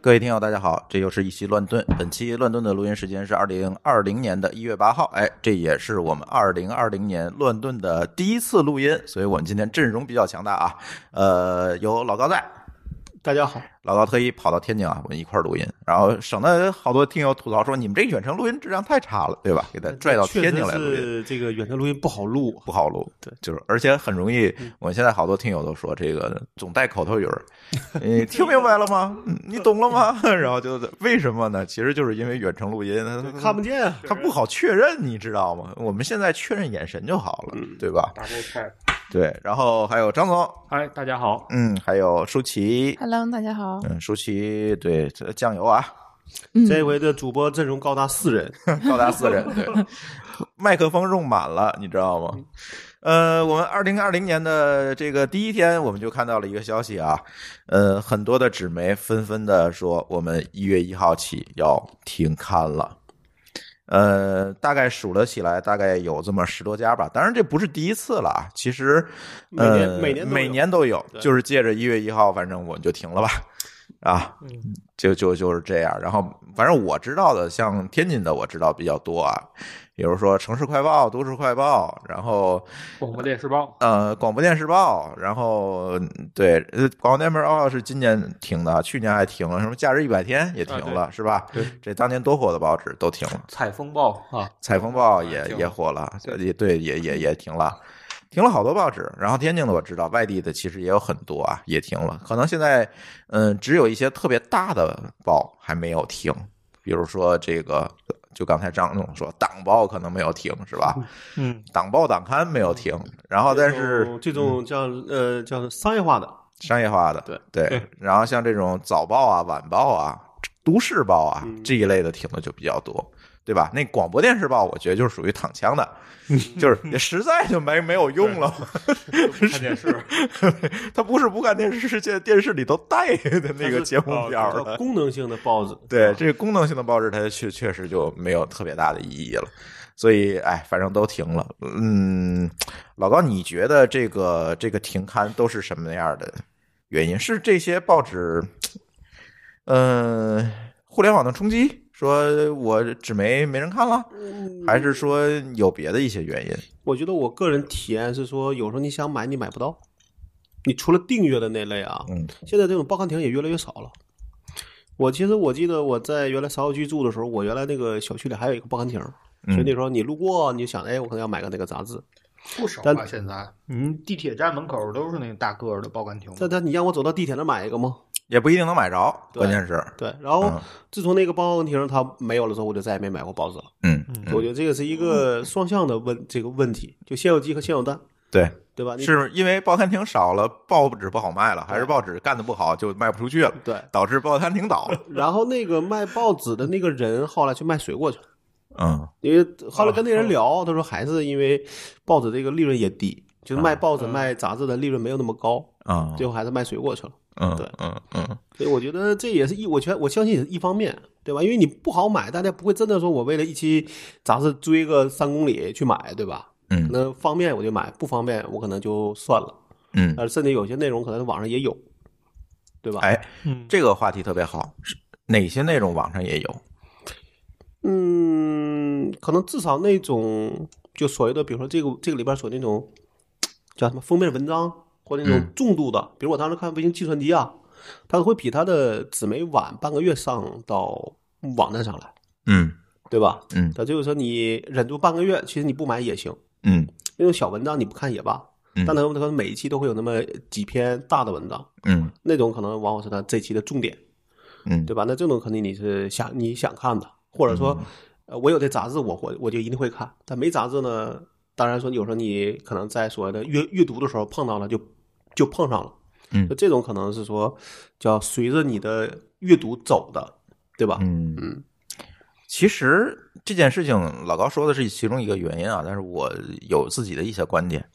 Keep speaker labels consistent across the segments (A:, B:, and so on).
A: 各位听友，大家好，这又是一期乱炖。本期乱炖的录音时间是二零二零年的一月八号，哎，这也是我们二零二零年乱炖的第一次录音，所以我们今天阵容比较强大啊。呃，有老高在，
B: 大家好，
A: 老高特意跑到天津啊，我们一块儿录音，然后省得好多听友吐槽说你们这远程录音质量太差了，对吧？给他拽到天津来录
B: 呃确
A: 音。
B: 实是这个远程录音不好录，
A: 不好录，嗯
B: 对，
A: 就是而且很容易。我现在好多听友都说这个总带口头语儿，你听明白了吗？嗯你懂了吗？ 然后就为什么呢？其实就是因为远程录音，
B: 看不见啊。
A: 他不好确认，你知道吗？我们现在确认眼神就好了，对吧？
C: 打不开。
A: 对，然后还有张总，
C: 嗨，大家好，
A: 嗯，还有舒淇，
D: Hello，大家好。
A: 嗯，舒淇，对，这酱油啊，
B: 这回的主播阵容高达四人，
A: 高达四人，对，麦克风用满了，你知道吗？呃，我们二零二零年的这个第一天，我们就看到了一个消息啊，呃，很多的纸媒纷纷的说，我们一月一号起要停刊了。呃，大概数了起来，大概有这么十多家吧。当然，这不是第一次了啊。其实，
B: 每年
A: 呃
B: 每年都有
A: 每年都有，
B: 对
A: 就是借着一月一号，反正我们就停了吧。啊，就就就是这样。然后，反正我知道的，像天津的我知道比较多啊，比如说《城市快报》《都市快报》，然后
C: 广播电视报。
A: 呃，广播电视报，然后嗯对，呃，广播电视报是今年停的，去年还停了，什么假日一百天也停了，是吧？
C: 对，
A: 这当年多火的报纸都停了，
C: 采风报啊，
A: 采风报也
C: 停了
A: 也火了，
C: 对
A: 也对，也也也停了。停了好多报纸，然后天津的我知道，外地的其实也有很多啊，也停了。可能现在，嗯、只有一些特别大的报还没有停，比如说这个，就刚才张总说，党报可能没有停，是吧？
B: 嗯，
A: 党报、党刊没有停，
C: 嗯
A: 然后但是嗯
B: 这种叫呃叫商业化的，
A: 商业化的，
B: 对
A: 对。然后像这种早报啊、晚报啊、都市报啊
B: 嗯
A: 这一类的停的就比较多，对吧？那广播电视报，我觉得就是属于躺枪 的，就是实在就没没有用了，
C: 看电视，
A: 它不是不干电视，是现在电视里都带的那个节目表
B: 它是叫
A: 了。
B: 功能性的报纸，
A: 对，这个功能性的报纸，它确确实就没有特别大的意义了。所以，哎，反正都停了。嗯，老高，你觉得这个这个停刊都是什么样的原因？是这些报纸，嗯，互联网的冲击，说我纸媒没人看了，
B: 嗯
A: 还是说有别的一些原因？
B: 我觉得我个人体验是说，有时候你想买你买不到，你除了订阅的那类啊，
A: 嗯，
B: 现在这种报刊亭也越来越少了。我其实我记得我在原来芍药居住的时候，我原来那个小区里还有一个报刊亭，
A: 嗯
B: 所以那时候你路过你就想，哎，我可能要买个那个杂志，
E: 不少
B: 但
E: 吧？现在，嗯，地铁站门口都是那个大个儿的报刊亭。
A: 嗯
B: 但但你让我走到地铁那儿买一个吗？
A: 也不一定能买着，
B: 对
A: 关键是，
B: 对，然后
A: 嗯
B: 自从那个报刊亭它没有了之后，我就再也没买过报纸了。
A: 嗯，
B: 我觉得这个是一个双向的问这个问题，就先有鸡和先有蛋，
A: 对，
B: 对吧？你
A: 是因为报刊亭少了，报纸不好卖了，还是报纸干的不好就卖不出去了，
B: 对。
A: 导致报刊亭倒了。
B: 然后那个卖报纸的那个人后来去卖水果去了，
A: 嗯
B: 因为后来跟那
A: 哦
B: 人聊，他说还是因为报纸这个利润也低，就
A: 嗯
B: 是卖报纸、卖杂志的利润没有那么高，
A: 啊，
B: 最后还是卖水果去了。
A: 嗯
B: 对
A: 嗯嗯
B: 所以我觉得这也是一，我全我相信也是一方面，对吧？因为你不好买，大家不会真的说我为了一期杂志追个三公里去买，对吧？可
A: 嗯
B: 能方便我就买，不方便我可能就算了。
A: 嗯，
B: 呃，甚至有些内容可能网上也有，对吧？
A: 哎，这个话题特别好，是哪些内容网上也有？
B: 嗯，可能至少那种就所谓的，比如说这个这个里边所那种叫什么封面文章，或者那种
A: 嗯
B: 重度的，比如我当时看《维京计算机》啊，它会比它的纸媒晚半个月上到网站上来，
A: 嗯
B: 对吧？
A: 嗯
B: 它就是说你忍住半个月，其实你不买也行，
A: 嗯
B: 那种小文章你不看也罢。
A: 嗯
B: 但它可能每一期都会有那么几篇大的文章，
A: 嗯
B: 那种可能往往是它这期的重点。
A: 嗯
B: 对吧？那这种肯定你是想你想看的，或者
A: 嗯
B: 说，呃，我有这杂志我，我我就一定会看。但没杂志呢，当然说有时候你可能在所谓的阅阅读的时候碰到了就，就碰上了。
A: 嗯
B: 那这种可能是说叫随着你的阅读走的，对吧？
A: 嗯
B: 嗯，
A: 其实这件事情，老高说的是其中一个原因啊，但是我有自己的一些观点。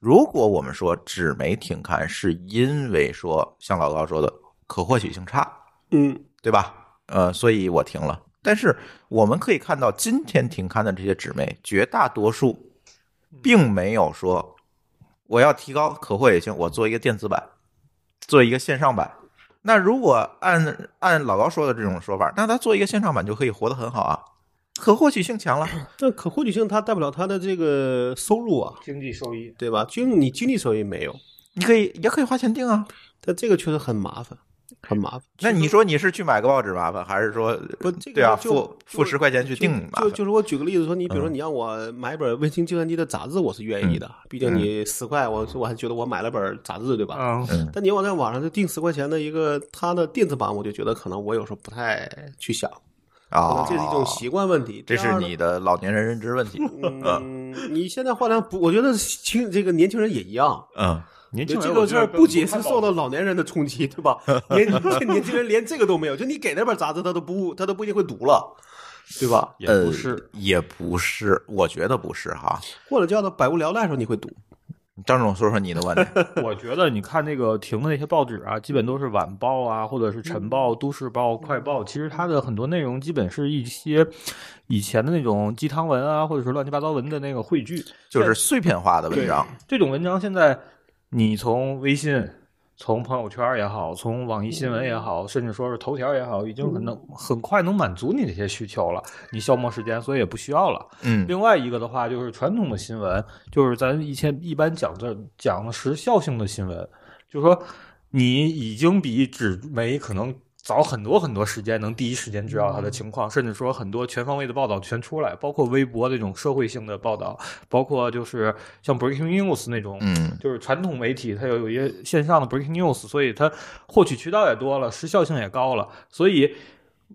A: 如果我们说纸媒停刊，是因为说像老高说的可获取性差，
B: 嗯
A: 对吧？呃，所以我停了。但是我们可以看到，今天停刊的这些纸媒，绝大多数
B: 嗯
A: 并没有说我要提高可获也性，我做一个电子版，做一个线上版，那如果按按老高说的这种说法，那他做一个线上版就可以活得很好啊，可获取性强了。
B: 但可获取性它代不了它的这个收入啊，
E: 经济收益。
B: 对吧？经你经济收益没有，
A: 你可以也可以花钱定啊。
B: 但这个确实很麻烦，很麻烦。
A: 那你说你是去买个报纸麻烦，还是说
B: 不这个
A: 对啊，
B: 就
A: 付付
B: 就
A: 十块钱去
B: 就
A: 定麻
B: 就
A: 烦？
B: 就是我举个例子说，你比如说你让我买本《卫星计算机》的杂志，我是愿意的，毕竟你十块，我我还觉得我买了本杂志，对吧？
C: 嗯，
A: 嗯
B: 但你我在网上就订十块钱的一个它的电子版，我就觉得可能我有时候不太去想，可
A: 啊
B: 能，这是一种习惯问题。
A: 这
B: 第
A: 是
B: 二呢
A: 你的老年人认知问 题。
B: 嗯，你现在换量不，我觉得青这个年轻人也一样。
A: 嗯，
C: 年
B: 这
C: 轻人
B: 个事儿不仅是
C: 是
B: 受到老年人的冲击，对吧？年这年轻人连这个都没有，就你给那本杂志，他都不，他都不一定会读了，对吧？
C: 也
A: 呃
C: 不是，
A: 也不是，我觉得不是哈。
B: 或者叫他百无聊赖的时候，你会读。
A: 张总说说你的观点。
C: 我觉得你看那个停的那些报纸啊，基本都是晚报啊，或者是晨
E: 嗯
C: 报、都市报、快报。其实它的很多内容基本是一些以前的那种鸡汤文啊，或者是乱七八糟文的那个汇聚。
A: 就是碎片化的文章，
C: 这种文章现在你从微信、从朋友圈也好，从网易新闻也好，甚至说是头条也好，已经很能很快能满足你这些需求了。你消磨时间，所以也不需要了。
A: 嗯，
C: 另外一个的话，就是传统的新闻，就是咱以前一般讲这讲的时效性的新闻，就是说你已经比纸媒可能早很多很多时间，能第一时间知道它的情况，甚至说很多全方位的报道全出来，包括微博这种社会性的报道，包括就是像 breaking news 那种，
A: 嗯
C: 就是传统媒体它有一些线上的 breaking news，所以它获取渠道也多了，时效性也高了，所以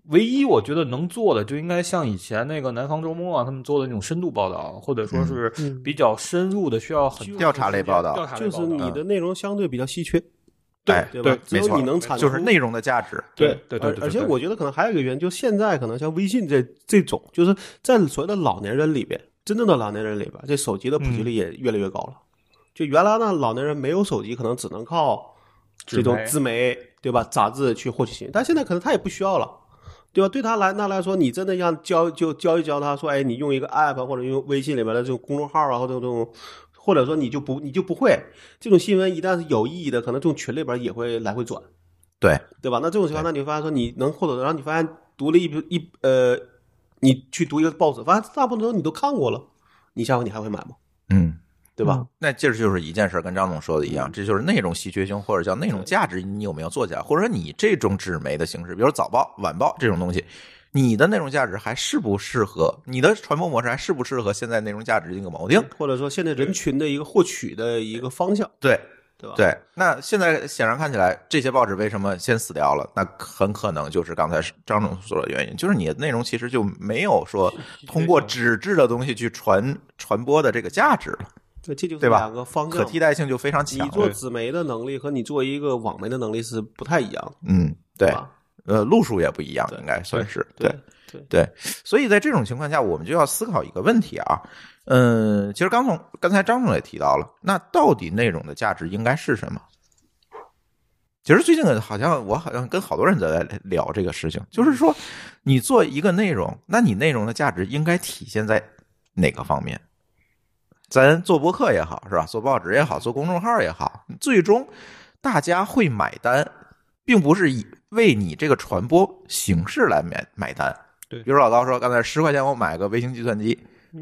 C: 唯一我觉得能做的就应该像以前那个南方周末啊，他们做的那种深度报道，或者说是
B: 嗯
C: 比较深入的，需要很
A: 调查类报道
C: 调查类
B: 就
C: 报
B: 是
C: 道啊嗯
B: 你的内容相对比较稀缺，
A: 哎
B: 对
C: 对
B: 吧？只
A: 没错
B: 有你能产出，
A: 就是内容的价值。
C: 对对对对
B: 而
C: 对
B: 而且
C: 对
B: 我觉得可能还有一个原因，就现在可能像微信这这种，就是在所谓的老年人里边，真正的老年人里边，这手机的普及
C: 嗯
B: 率也越来越高了。就原来呢，老年人没有手机，可能只能靠这种
C: 纸
B: 自媒对吧杂志去获取信息，但现在可能他也不需要了。对吧？对他来那来说，你真的让教就教一教他说，哎，你用一个 app 或者用微信里边的这种公众号啊，或者这种，或者说你就不你就不会这种新闻，一旦是有意义的，可能这种群里边也会来回转。
A: 对，
B: 对吧？那这种情况，那你会发现说你能获得的，然后你发现读了一一呃，你去读一个报纸，发现大部分都你都看过了，你下回你还会买吗？
A: 嗯。
B: 对吧？
A: 那这就是一件事儿，跟张总说的一样，这就是内容稀缺性或者叫内容价值，你有没有做起来，或者说你这种纸媒的形式，比如早报、晚报这种东西，你的内容价值还适不适合你的传播模式，还适不适合现在内容价值这个锚定？
B: 或者说现在人群的一个获取的一个方向，
A: 对
B: 对吧？，
A: 对。那现在显然看起来，这些报纸为什么先死掉了？那很可能就是刚才张总说的原因，就是你的内容其实就没有说通过纸质的东西去传传播的这个价值了，
B: 这这就是
A: 对吧
B: 两个方向
A: 可
B: 嘛。
A: 替代性就非常强了。
B: 你做纸媒的能力和你做一个网媒的能力是不太一样的，
A: 嗯，对
B: 对。吧？
A: 呃，路数也不一样，
B: 对
A: 应该算是
B: 对
A: 对
B: 对
A: 所以在这种情况下，我们就要思考一个问题啊，嗯，其实刚从刚才张总也提到了，那到底内容的价值应该是什么？其实最近好像我好像跟好多人在聊这个事情，就是说，你做一个内容，那你内容的价值应该体现在哪个方面？咱做博客也好，是吧？做报纸也好，做公众号也好，最终大家会买单，并不是以为你这个传播形式来买买单。
C: 对
A: 比如老高说，刚才十块钱我买个微型计算机，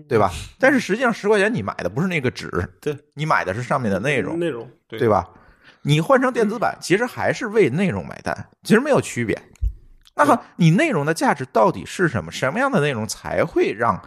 A: 对吧？但是实际上十块钱你买的不是那个纸，
B: 对，
A: 你买的是上面的内容，
B: 内容对嗯
A: 对吧？你换成电子版，其实还是为内容买单，其实没有区别。那好，你内容的价值到底是什么？什么样的内容才会让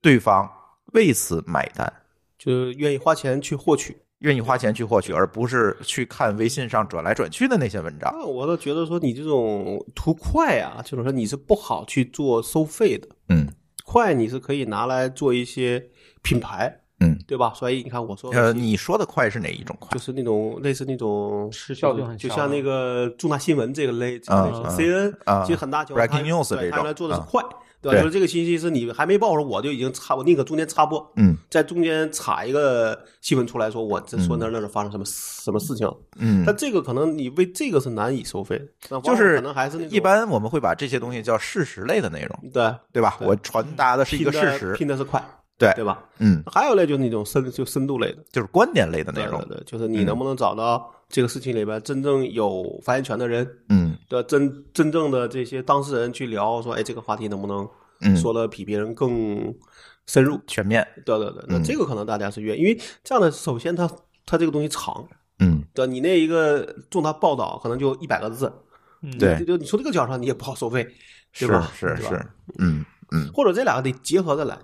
A: 对方为此买单？
B: 就是愿意花钱去获取。
A: 愿意花钱去获取，而不是去看微信上转来转去的那些文章。
B: 那我倒觉得说你这种图快啊，就是说你是不好去做收费的，
A: 嗯
B: 快你是可以拿来做一些品牌，
A: 嗯，
B: 对吧？所以你看我说
A: 呃，你说的快是哪一种快
B: 就？是那种类似那种
C: 时效性很
B: 就
C: 强
B: 像那个重大新闻这个类，这
A: 啊
B: 个类型 CNN
A: 啊
B: 其实很大情
A: Breaking
B: 况它
A: news
B: 对
A: 这
B: 它
A: 种
B: 原来做的是
A: 啊
B: 快，对吧？
A: 对
B: 就是这个信息是你还没报的时候，我就已经插，我宁可中间插播，
A: 嗯
B: 在中间插一个新闻出来说，我这说那儿那儿发生什么什么事情，
A: 嗯，
B: 但这个可能你为这个是难以收费的，那往
A: 就
B: 往
A: 是
B: 可能还是那种
A: 一般我们会把这些东西叫事实类的内容，
B: 对
A: 对吧？
B: 对嗯
A: 我传达的是一个
B: 拼的
A: 事实，
B: 拼的是快，
A: 对
B: 对吧？
A: 嗯，
B: 还有类就是那种深就深度类的
A: 就是观点类的嗯内
B: 对
A: 容
B: 对，对，就是你能不能找到这个事情里边真正有发言权的人，
A: 嗯
B: 对吧真真正的这些当事人去聊，说哎这个话题能不能
A: 嗯，
B: 说的比别人更深入？
A: 全面，
B: 对对对，那
A: 嗯
B: 这个可能大家是愿意，因为这样的首先它它这个东西长，
A: 嗯，
B: 对吧你那一个重大报道可能就一百个字，
C: 嗯
A: 对
B: 就就你从这个角度上你也不好收费，对
A: 是
B: 吧？
A: 是
B: 对吧
A: 是，嗯嗯，
B: 或者这两个得结合着来，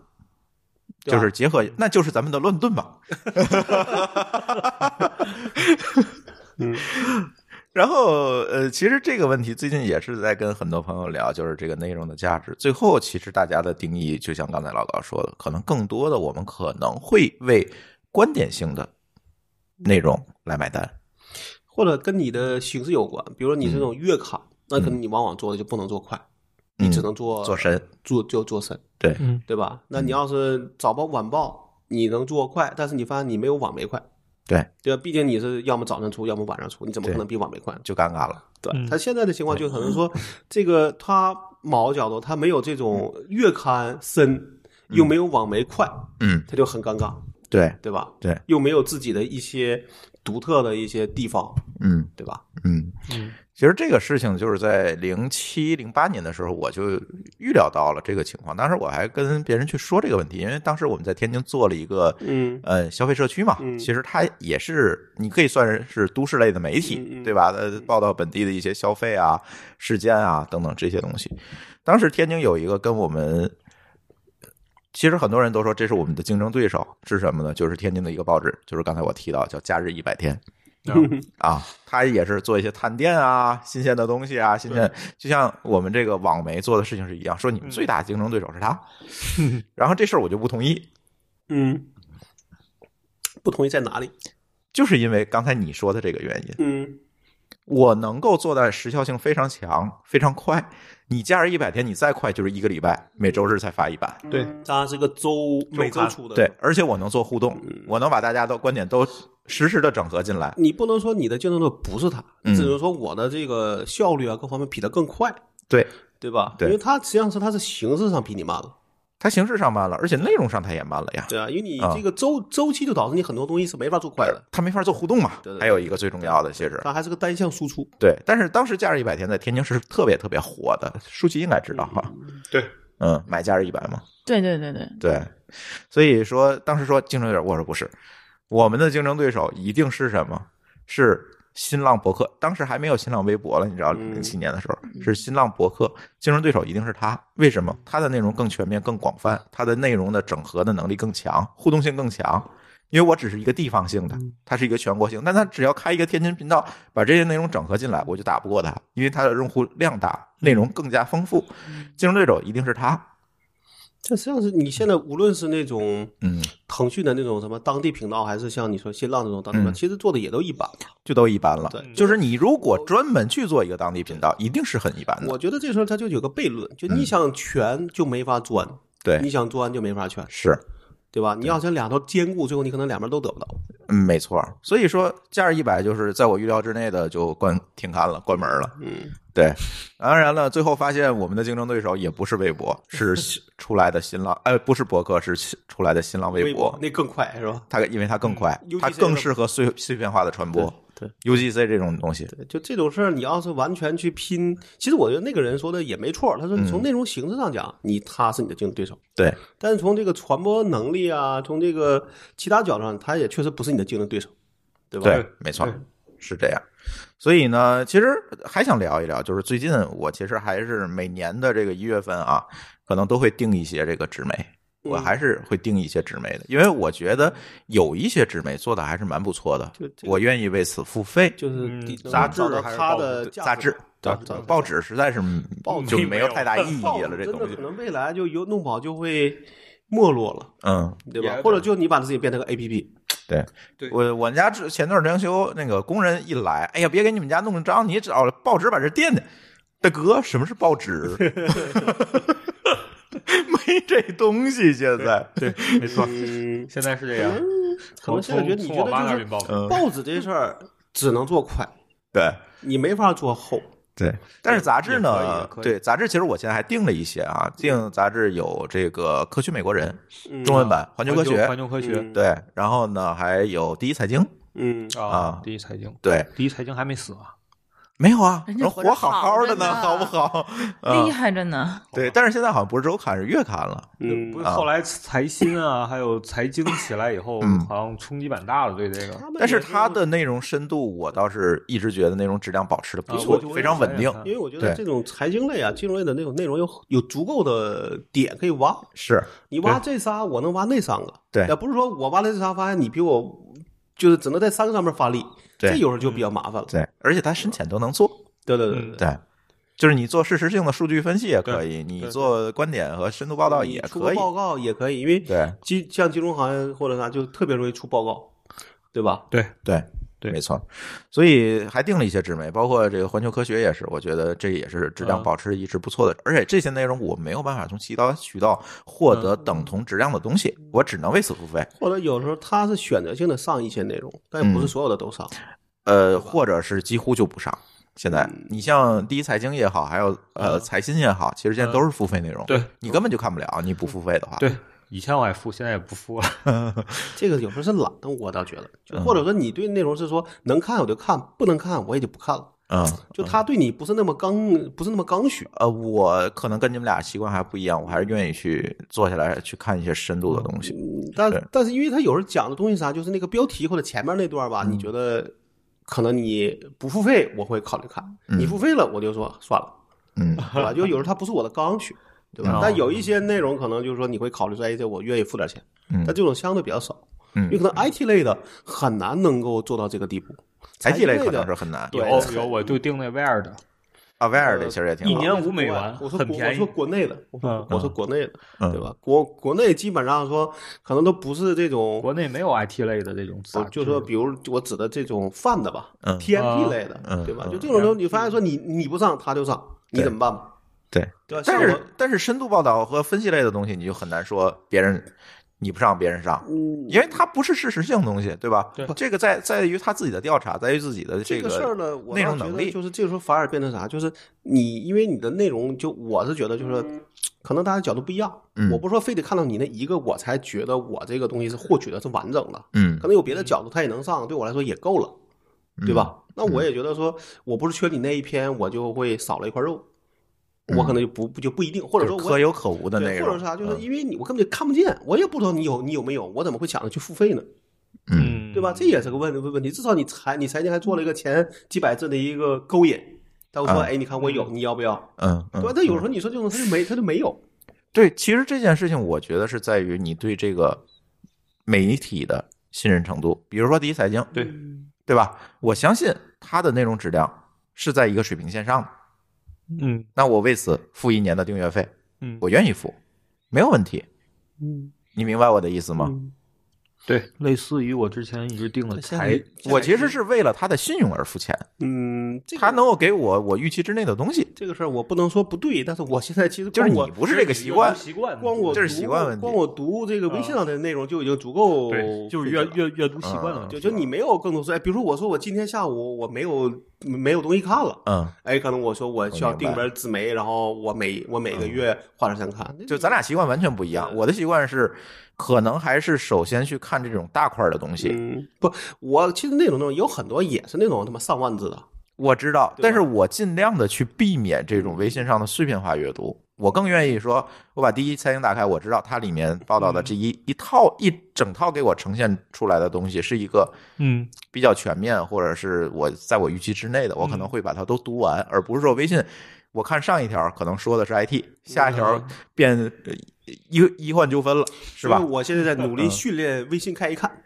B: 对
A: 就
B: 吧
A: 是结合，那就是咱们的乱炖吧。
B: 嗯，
A: 然后呃，其实这个问题最近也是在跟很多朋友聊，就是这个内容的价值。最后，其实大家的定义，就像刚才老高说的，可能更多的我们可能会为观点性的内容来买单。
B: 或者跟你的形式有关，比如说你
A: 嗯
B: 是那种月卡，那可能你往往做的就不能做快，你只能
A: 嗯
B: 做
A: 做深，
B: 做就做深，
A: 对，
C: 嗯
B: 对吧？那你要是早报晚报，你能做快，但是你发现你没有网媒快。
A: 对，
B: 对吧？毕竟你是要么早上出，要么晚上出，你怎么
A: 对
B: 可能比网媒快？
A: 就尴尬了。
B: 对
C: 嗯
B: 他现在的情况 就可能说，这个他某角度他没有这种月刊深，又没有网媒快，
A: 嗯，
B: 他就很尴尬，
A: 对，
B: 对吧？
A: 对，
B: 又没有自己的一些独特的一些地方，
A: 嗯。
B: 对吧？
A: 嗯，其实这个事情就是在零七零八年的时候，我就预料到了这个情况。当时我还跟别人去说这个问题，因为当时我们在天津做了一个
B: 嗯
A: 呃消费社区嘛，
B: 嗯
A: 其实它也是你可以算是都市类的媒
B: 嗯
A: 体
B: 嗯，
A: 对吧？呃，报道本地的一些消费啊、事件啊等等这些东西。当时天津有一个跟我们。其实很多人都说这是我们的竞争对手，是什么呢？就是天津的一个报纸，就是刚才我提到叫《假日一百天》，啊，
B: 嗯
A: 他也是做一些探店啊、新鲜的东西啊、新鲜，就像我们这个网媒做的事情是一样，说你
B: 嗯
A: 们最大的竞争对手是 他，然后这事儿我就不同意，
B: 嗯，不同意在哪里？
A: 就是因为刚才你说的这个原因，
B: 嗯
A: 我能够做到时效性非常强、非常快。你假日一百天，你再快就是一个礼拜，每周日才发一版，
E: 对，
B: 它是个周每周
E: 刊
B: 出的，
A: 对，，而且我能做互动，
B: 嗯
A: 我能把大家的观点都实时的整合进来，
B: 你不能说你的竞争对手不是他，
A: 嗯
B: 你只能说我的这个效率啊各方面比他更快，
A: 对，
B: 对吧？
A: 对
B: 因为他实际上是他是形式上比你慢了，
A: 它形式上慢了，而且内容上它也慢了呀，
B: 对啊，因为你
A: 啊
B: 这个周、周期就导致你很多东西是没法做快的，
A: 它没法做互动嘛
B: 对对。对
A: 还有一个最重要的，其实
B: 它还是个单向输出。
A: 对，但是当时假日一百天在天津是特别特别火的，舒淇应该知道哈。
E: 对，
A: 嗯，买假日一百嘛，
D: 对对对对，
A: 对，所以说当时说竞争对手，我说不是，我们的竞争对手一定是什么？是新浪博客，当时还没有新浪微博了，你知道，
B: 嗯
A: 零七年的时候、是新浪博客，竞争对手一定是他。为什么？他的内容更全面、更广泛，他的内容的整合的能力更强，互动性更强。因为我只是一个地方性
B: 嗯
A: 的，它是一个全国性，但他只要开一个天津频道，把这些内容整合进来，我就打不过他，因为他的用户量大，内容更加丰富，
B: 嗯
A: 竞争对手一定是他。
B: 这实际上是你现在无论是那种
A: 嗯，
B: 腾讯的那种什么当地频道，还是像你说新浪这种当地频道，
A: 嗯
B: 其实做的也都一般。
A: 就都一般了。
B: 对
A: 就是你如果专门去做一个当地频道，一定是很一般的。
B: 我觉得这时候他就有个悖论，就你想全就没法钻，你
A: 对，
B: 想钻就没法全，
A: 是，
B: 对吧？你要想两头兼顾，最后你可能两边都得不到。
A: 嗯，没错。所以说，假日一百就是在我预料之内的，就关停刊了，关门了。
B: 嗯，
A: 对，当然了，最后发现我们的竞争对手也不是微 博，是新出来的新浪，呃，不是博客，是新出来的新浪微博。
B: 那更快是吧？
A: 它因为它
B: 嗯
A: 更快，
B: UGC
A: 它更适合碎碎片化的传播。
B: 对
A: UGC 这种东西，
B: 就这种事儿，你要是完全去拼，其实我觉得那个人说的也没错。他说
A: 嗯
B: 你从内容形式上讲，你他是你的竞争对手，
A: 对
B: 但是从这个传播能力啊，从这个其他角度上，他也确实不是你的竞争对手，对吧？
A: 对，没错
E: 对，
A: 是这样。所以呢，其实还想聊一聊，就是最近我其实还是每年的这个一月份啊，可能都会定一些这个纸媒，我
B: 嗯
A: 还是会定一些纸媒的，因为我觉得有一些纸媒做的还是蛮不错的
B: 就这，个
A: 我愿意为此付费。
B: 就是
C: 嗯
B: 底能
C: 杂
B: 够找
C: 志
B: 到
C: 还是
B: 它
C: 报纸
B: 的价
A: 杂
B: 值
A: 志、
B: 对
A: 对
B: 对
A: 报纸实在是
B: 报
A: 就
C: 纸
A: 没
C: 没
A: 有
C: 有
A: 太大意义了，这
B: 真
A: 东
B: 的
A: 西
B: 可，能未来就有弄不好就会没落了，
A: 嗯。
B: 对吧？
E: 也
B: 或者就你把自己变成个 A P P，
A: 对，
E: 对
A: 我我们家之前段装修那个工人一来，哎呀，别给你们家弄脏，你找报纸把这垫垫。大哥，什么是报纸？ 没这东西，现在对，
C: 没错，
B: 嗯，
C: 现在是这样。
B: 可能现在觉得你
C: 从
B: 觉
C: 我妈
A: 嗯
C: 那
B: 得
C: 边报
B: 就
C: 的
B: 是报纸这事儿只能做快，
A: 对
B: 你没法做厚，
A: 对，但是杂志
C: 也可以
A: 呢
C: 也可，以
A: 对杂志其实我现在还订了一些啊，订杂志有这个《科学美国人》
B: 嗯
A: 中文版《环球科学
C: 啊环》，球科学
B: 嗯
A: 对，然后呢还有《第一财经》，
B: 嗯，
A: 啊
C: 第一财经，
A: 对，
C: 第一财经还没死啊，
A: 没有啊，
D: 人家
A: 人
D: 活
A: 活
D: 着
A: 好
D: 好
A: 好
D: 着
A: 的呢，
D: 呢
A: 好不好？
D: 厉
C: 啊
A: 嗯，
D: 害着呢。
A: 对，但是现在好像不是周刊，是月刊了。
B: 嗯
C: 不是后来财新啊，还有财经起来以后
A: 嗯，
C: 好像冲击蛮大了，对这个。
B: 他们
A: 但是
B: 也
A: 它的内容深度，我倒是一直觉得内容质量保持的不
C: 啊
A: 错
C: 我就，
A: 非常稳定
C: 我。
B: 因为我觉得
A: 对
B: 这种财经类啊、金融类的那种内容有有足够的点可以挖，
A: 是，
C: 嗯
B: 你挖这仨，我能挖那三个，
A: 对
B: 也不是说我挖了这仨，发现你比我就是只能在三个上面发力，
A: 对
B: 这有时候就比较麻烦了。
A: 对，而且它深浅都能做。
B: 对对对
C: 嗯
A: 对，就是你做事实性的数据分析也可以，你
C: 对
A: 做观点和深度报道也
B: 你出
A: 可
B: 个
A: 以。
B: 报告也可以，因为
A: 对
B: 金像金融行业或者啥就特别容易出报告，对吧？
C: 对，
A: 对
C: 对
A: 没错。所以还定了一些纸媒，包括这个环球科学也是，我觉得这也是质量
C: 嗯
A: 保持一直不错的。而且这些内容我没有办法从其他渠道获得
C: 嗯
A: 等同质量的东西，我只能为此付费。
B: 或者有时候它是选择性的上一些内容，但也不是
A: 嗯
B: 所有的都上。
A: 呃，或者是几乎就不上。现在
B: 嗯
A: 你像第一财经也好，还有呃
C: 嗯
A: 财新也好，其实现在都是付费内容。
C: 对
A: 你根本就看不了，你不付费的话。
C: 对，以前我也付，现在也不付了。
B: 这个有时候是懒，我倒觉得，就
A: 嗯
B: 或者说你对内容是说能看我就看，不能看我也就不看了。
A: 嗯，
B: 就他对你不是那么刚，不是那么刚需。
A: 呃，我可能跟你们俩习惯还不一样，我还是愿意去坐下来去看一些深度的东西。
B: 但
A: 对
B: 但是因为他有时候讲的东西啥，就是那个标题或者前面那段吧，你
A: 嗯
B: 觉得可能你不付费我会考虑看，你付费了我就说算了，
A: 嗯，
B: 对吧？就有时候它不是我的刚需，对吧
A: 哦
C: 嗯？
B: 但有一些内容可能就是说你会考虑说，哎，这我愿意付点钱，
A: 嗯
B: 但这种相对比较少，
A: 嗯
B: 因为可能 IT 类的很难能够做到这个地步。
A: 财
B: 经
A: 经类
B: 类
A: 可能
B: 的
A: 是很难。
B: 对
C: 有有，我就订那 Wear 的，
A: 啊，Wear 的其实也挺
C: 一
A: 好。
C: 年五美元，
B: 我说
C: 很
B: 国，
C: 便
B: 我
C: 宜
B: 说。国内的，我说
C: 嗯
B: 我说国内的，
A: 嗯
B: 对吧？国国内基本上说可能都不是这种
C: 国内没有 IT 类的这种杂
B: 不就
C: 志，
B: 说比如我指的这种泛的吧、
A: 嗯
B: t n p
C: 啊
B: 类的，
A: 嗯
B: 对吧？
A: 嗯
B: 就这种东西，你发现说你你不上，他就上，你
A: 对
B: 怎么办吧？
A: 对，
B: 对吧？
A: 但
B: 像我
A: 是但是深度报道和分析类的东西，你就很难说别人你不上别人
B: 嗯
A: 上，因为它不是事实性的东西，对吧？
C: 对
A: 这个在在于他自己的调查，在于自己的
B: 这
A: 个
B: 个事儿呢，我
A: 内
B: 倒
A: 容
B: 觉
A: 能
B: 得
A: 力。
B: 就是这个时候反而变成啥？就是你因为你的内容，就我是觉得就是。可能大家角度不一样，
A: 嗯
B: 我不是说非得看到你那一个，我才觉得我这个东西是获取的是完整的。
A: 嗯嗯
B: 可能有别的角度他也能上，对我来说也够了，对吧？那我也觉得说，我不是缺你那一篇，我就会少了一块肉，我可能就不不就不一定，或者
A: 嗯就
B: 说
A: 是
B: 我
A: 可有可无的内
B: 对，
A: 容，
B: 或者是啥，就是
A: 嗯
B: 因为你我根本就看不见，我也不知道你有你有没有，我怎么会想着去付费呢？
C: 嗯，
B: 对吧？这也是个问问问题。至少你财你财经还做了一个前几百字的一个勾引，他会说，
A: 啊
B: 哎，你看我有，你要不要？
A: 嗯嗯
B: 对吧？但有时候你说这种他就没他就没有，
A: 对，其实这件事情我觉得是在于你对这个媒体的信任程度。比如说第一财经，
C: 对
A: 对吧？我相信它的内容质量是在一个水平线上的，
C: 嗯
A: 那我为此付一年的订阅费，
C: 嗯，
A: 我愿意付，没有问题。
B: 嗯，
A: 你明白我的意思吗？
C: 对，类似于我之前一直订的
B: 现在
C: 财，
A: 嗯我其实是为了他的信用而付钱，
B: 嗯，这个
A: 他能够给我我预期之内的东西。
B: 这个事儿我不能说不对，但是我现在其实
A: 就是
B: 光我
A: 你不是这个习惯，
C: 习惯
B: 光我
A: 这是
B: 读
A: 习惯问题嗯
B: 光我读这个微信上的内容就已经足够费劲
C: 对，
B: 了，
C: 就是阅阅阅读习惯了，
B: 啊就就你没有更多说，哎，比如说我说我今天下午我没有没有东西看了，
A: 嗯，
B: 哎，可能我说我需要
A: 我明
B: 订
A: 白嗯
B: 本纸媒，然后我每我每个月花点钱看，那
A: 就咱俩习惯完全不一样。我的习惯是，可能还是首先去看这种大块儿的东西。
B: 嗯不，我其实那种那种有很多也是那种他妈上万字的，
A: 我知道，
B: 对吧
A: 但是我尽量的去避免这种微信上的碎片化阅读。我更愿意说，我把第一财经打开，我知道它里面报
B: 嗯
A: 道的这一、一套一整套给我呈现出来的东西是一个
C: 嗯
A: 比较全面，或者是我在我预期之内的，我可
B: 嗯
A: 能会把它都读完，而不是说微信，我看上一条可能说的是 IT，下一条
B: 嗯
A: 变呃医医患纠纷了，是吧
B: 所以？我现在在努力训练微信看一看，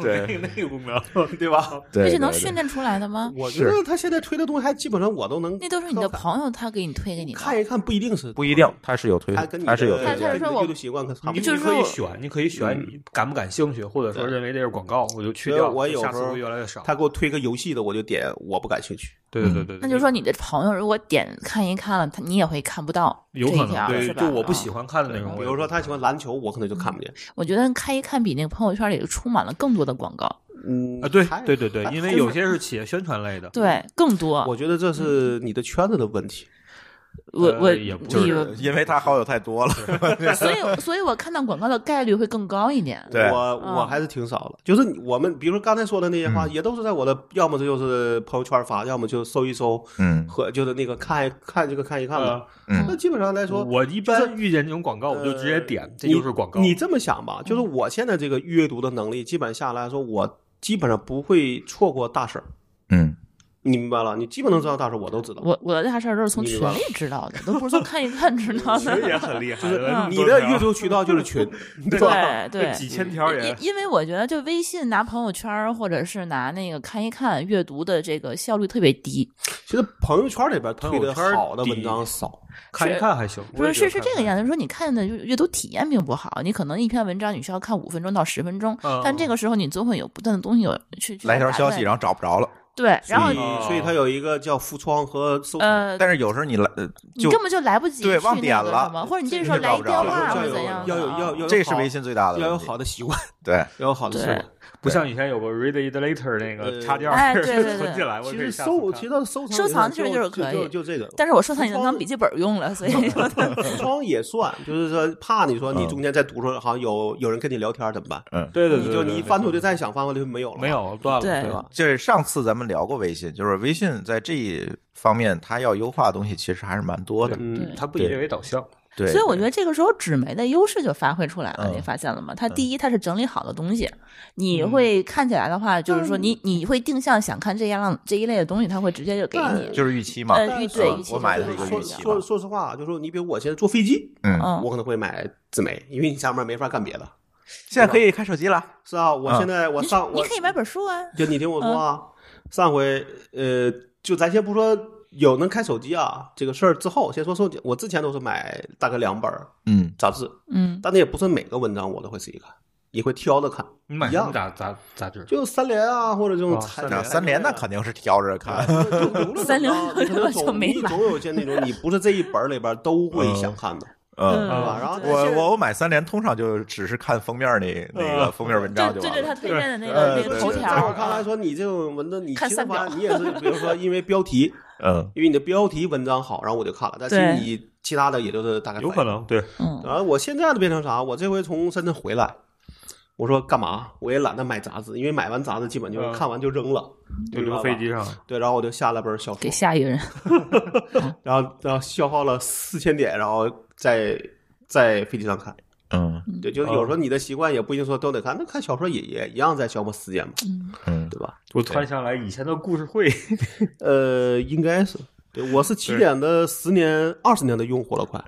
A: 对
C: 那个功能，
B: 对吧？
A: 对，
D: 这是
A: 对
D: 能
A: 对
D: 训练出来的吗？
B: 我觉得他现在推的东西还基本上我都能，
D: 那都是你的朋友他给你推给你的，
B: 看一看，不一定是
A: 不一定，它是有推
B: 他跟，你
A: 它是有
B: 的
A: 推
D: 它
A: 荐
D: 它
A: 的。
D: 是说我
B: 阅读习惯可差不
C: 你
B: 多。
D: 就是
C: 可以
D: 我
C: 选，你可以选
B: 嗯
C: 你感不感兴趣，或者说认为这是广告，我就去
B: 因为
C: 掉。
B: 我有
C: 下
B: 时
C: 次
B: 候
C: 会越来越少。
B: 他给我推个游戏的，我就点我不感兴趣。
C: 对对对对，
D: 那就是说你的朋友如果点看一看了，他你也会看不到
C: 有
D: 这
C: 可
D: 一
C: 能
D: 条，
C: 对
D: 是，吧？
C: 就我不喜
D: 嗯。
C: 欢看的那种。
B: 比如说他喜欢篮球，我可能就看不见。
D: 我觉得看一看比那个朋友圈里头充满了更多的广告，
B: 嗯
C: 啊，对
B: 还
C: 对对对，
B: 还
C: 因为有些是企业宣传类的，
D: 对，更多。
B: 我觉得这是你的圈子的问题。
D: 我
C: 呃
D: 我
C: 也不
D: 你
C: 是
A: 就是因为他好友太多了，
D: 所以所以我看到广告的概率会更高一点。
A: 对
B: 我我
D: 嗯
B: 还是挺少的，就是你我们比如说刚才说的那些话，也都是在我的，要么就是朋友圈发，要么就搜一搜
A: 嗯
B: 和就是那个看一看这个看一看吧。
A: 嗯
B: 那基本上来说，呃
C: 我一般遇见这种广告，我就直接点，这就是广告。
B: 你这么想吧，就是我现在这个阅读的能力，基本下来说，我基本上不会错过大事儿。
A: 嗯，
B: 你明白了？你基本能知道大事儿，我都知道。
D: 我我的大事儿都是从
B: 你
D: 群
B: 吧
D: 里知道的，都不是从看一看知 道的。
C: 很厉
B: 就
C: 害，
B: 是
D: 嗯
B: 你的阅读渠道就是群，对吧？
D: 对对，
C: 几
B: 嗯
C: 千条也
D: 因因为我觉得，就微信拿朋友圈儿或者是拿那个看一看阅读的这个效率特别低，
B: 其实朋友圈里边推的
C: 朋友圈
B: 好的
C: 第一
B: 文章少，
C: 看一看还行。我
D: 不是
C: 也觉
D: 是
C: 得
D: 是这个
C: 看一看
D: 样子。说你看的阅阅读体验并不好，你可能一篇文章你需要看五分钟到十分钟，
C: 嗯
D: 但这个时候你总会有不断的东西有去去
A: 来条
D: 打
A: 消
D: 断
A: 息，然后找不着了。
D: 对，然
B: 所
D: 后
B: 以所以它有一个叫浮窗和收藏。
D: 呃，
A: 但是有时候你来，呃
D: 你
A: 就
D: 根本就来不及
A: 对
D: 去
A: 忘
D: 那
A: 点
D: 个
A: 了
D: 什么，或者你这
A: 这
D: 时候
A: 就
D: 来
A: 找
D: 一
A: 不
D: 电
A: 着
B: 就
A: 了
D: 话
B: 是
D: 或
B: 要
D: 者
B: 有
D: 怎样的
B: 要有
D: 啊
B: 要有
A: 这是微信最大的
B: 要有
A: 问题
B: 好的习惯，
A: 对，
B: 要有好的习
D: 对
B: 惯。
C: 不像以前有个 read it later 那个
B: 呃
C: 插件儿，
D: 哎对对对
C: 存起来，我
B: 其
C: 可以
B: 实
C: 下
B: 收，
C: 次
B: 其实它
C: 看
B: 收藏
D: 收藏
B: 其实
D: 其实
B: 就
D: 就是可以
B: 就就这个。
D: 但是我收藏已经当笔记本用了，所以
B: 服装也算，就是说怕你说你中间在读书，好像有有人跟你聊天怎么办？
A: 嗯，
C: 对对对，
B: 你就
C: 对
B: 你一
C: 对
B: 翻
C: 对
B: 出去再想翻回来就没有了，
C: 没，有断了，
D: 对
C: 对吧？
A: 就是上次咱们聊过微信，就是微信在这一方面，它要优化的东西其实还是蛮多的。
B: 嗯，
C: 它不以这为导向，
A: 对，
D: 所以我觉得这个时候纸媒的优势就发挥出来了，
A: 嗯
D: 你发现了吗？它第一，它是整理好的东西，你会看起来的话，就是说你你会定向想看这样这一类的东西，它会直接就给
B: 但
D: 你。
A: 就是预期嘛。
D: 嗯
B: 但
D: 预
B: 是
D: 对
B: 说
D: 预期
A: 我买的
D: 是
A: 是一个
B: 说
A: 预期
B: 说
A: 嘛。
B: 说实话，就说你比如我现在坐飞机，
A: 嗯，
D: 嗯
B: 我可能会买纸媒，因为你下面没法干别的，
A: 现在可以看手机了。
B: 是啊，我
A: 嗯
B: 现在我
D: 你
B: 上
D: 你
B: 我
D: 可以买本嗯书啊，
B: 就你听我说啊，上回呃，就咱先不说有能开手机啊这个事儿之后，先说说我之前都是买大概两本儿
A: 嗯，
B: 杂志，
D: 嗯，
B: 但那也不是每个文章我都会仔细看，也会挑着看，
C: 你买
B: 一
C: 什么
B: 样，
C: 杂杂杂志？
B: 就三联啊或者这种
C: 哦
B: 财
C: 三
A: 那
C: 联
A: 三联那肯定是挑着看。
B: 定
D: 三联
B: 可能
D: 我就
B: 总
D: 没
B: 啊你
D: 买
B: 总有些那种你不是这一本儿里边儿都会想看的，
A: 嗯，
B: 对吧然后
A: 我我我买三联通常就只是看封面那那个封面文章
D: 对
A: 就
D: 对
A: 完
D: 对，
A: 了。
D: 它推荐的那
A: 呃
D: 个那
A: 对
D: 个
A: 对
D: 头
A: 对
D: 条
B: 在
D: 儿，
B: 我看来说，你这种文章，你其
D: 看
B: 实
D: 三
B: 发
D: 秒
B: 现你也是，比如说因为标题，
A: 嗯，
B: 因为你的标题文章好，然后我就看了，但是
D: 对
B: 你其他的也就是大概
C: 有
B: 反
C: 可
B: 应
C: 能对，
D: 嗯，
B: 啊，我现在的变成啥？我这回从深圳回来，我说干嘛？我也懒得买杂志，因为买完杂志基本就是
C: 嗯
B: 看完就扔了，
C: 就
B: 明白
C: 留
B: 吧
C: 飞机。上。
B: 对，然后我就下了本小
D: 给
B: 说，
D: 下一个人，
B: 然后然后消耗了四千点，然后在在飞机上看。
A: 嗯
B: 对，就是有时候你的习惯也不一定说都得看，那看小说也也一样在消磨时间嘛，
D: 嗯，
A: 嗯，
B: 对吧？
C: 我突然想起来以前的故事会，
B: 呃，应该是，对，我是起点的十年、二十年的用户了，快，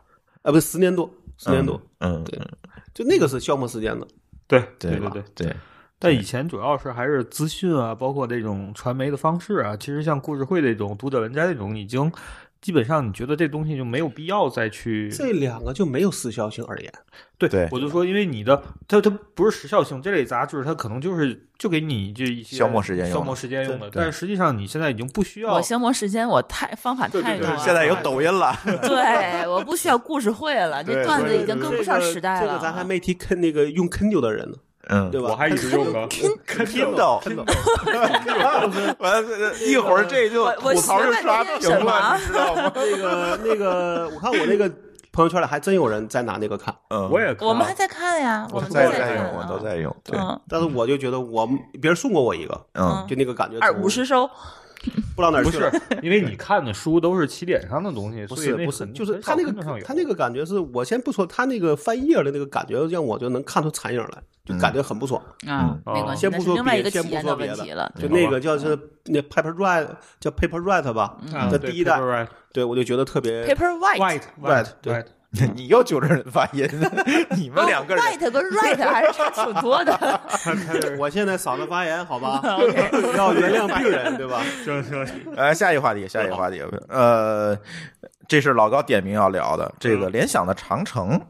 B: 啊，不是十年多，十年多，
A: 嗯，
B: 对就那个是消磨时间的。
C: 对
A: 对
C: 对
A: 吧
C: 对。
A: 对，
C: 但以前主要是还是资讯啊，包括这种传媒的方式啊，其实像故事会这种、读者文摘这种，已经基本上你觉得这东西就没有必要再去
B: 这两个就没有时效性而言。
C: 对
A: 对
C: 我就说，因为你的它它不是时效性，这类杂志它可能就是就给你这一些
A: 消磨时间用的
C: 消磨时间用的，
A: 对
C: 但是实际上你现在已经不需要
D: 我。消磨时间，我太方法
C: 哦对对
D: 太
C: 对
D: 多了，
A: 现 在有抖音了。
D: 对，我不需要故事会了，这
A: 对
D: 段子
A: 对
D: 已经跟不上时代
B: 这
D: 了。
B: 个这个咱还没提坑那个用 Kindle 的人呢，
A: 嗯，
B: 对吧？
C: 我还一直用呢
A: Kindle，完了一会儿这就
D: 我我
A: 吐槽就刷
D: 学问
A: 屏了，
D: 那啊
A: 你知道吗？
B: 那个那个，我看我那个朋友圈里还真有人在拿那个看，
A: 嗯，
C: 我也看
D: 我们还在看呀，
A: 我
D: 们都
A: 在
D: 看
A: 在
D: 啊，
A: 用，我都在用。对，
D: 嗯，
B: 但是我就觉得我别人送过我一个，
A: 嗯
B: 就那个感觉
D: 二五十收，
B: 不知道哪儿
C: 不
B: 去了
C: 是。，因为你看的书都是起点上的东西，
B: 不
C: 所以
B: 是
C: 那
B: 不是，
C: 很
B: 就是
C: 很
B: 他
C: 少
B: 那
C: 跟得上
B: 个
C: 有
B: 他那个感觉是我先不说他那个翻页的那个感觉，让我就能看出残影来，就感
A: 嗯
B: 觉很不爽。
D: 啊，没关系，
B: 嗯先
D: 那
B: 不
D: 是
B: 说
D: 另外
B: 别
D: 一个
B: 先
D: 体
B: 不
D: 验
B: 说
D: 的
B: 别
D: 问
B: 的
D: 题了。
A: 嗯
B: 就那个叫是那 Paper Write 叫 Paper Write 吧，
C: 啊
B: 这
C: 对
B: 第一代
C: Paperwhite
B: 对我就觉得特别
D: Paper White，
C: White
B: 呃 White，对
C: White，
D: 嗯
A: 你又纠正人发音，你们两个人
D: 哦 White 跟 Right 还是差挺多的。
B: 我现在嗓子发炎，好吧，
D: OK，
B: 要原谅病人，对吧？
C: 行行行，
A: 呃，下一个话题，下一个话题，呃，这是老高点名要聊的，这个联想的长城，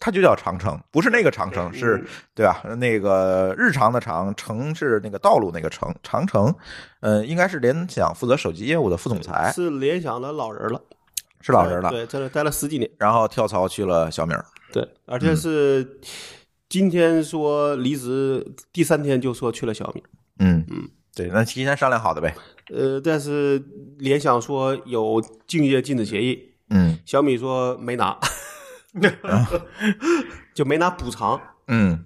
A: 它就叫长城，不是那个长城，是对嗯吧？那个日常的长，城是那个道路那个城，长城，呃，应该是联想负责手机业务的副总裁，
B: 是联想的老人了，
A: 是哎老人了，
B: 对，在这待了十几年，
A: 嗯然后跳槽去了小米儿，
B: 对，而且是今天说离职，第三天就说去了小米。
A: 嗯
B: 嗯，
A: 对，那提前商量好的呗。
B: 呃，但是联想说有竞业禁止协议，
A: 嗯
B: 小米说没拿，就没拿补偿。
A: 嗯，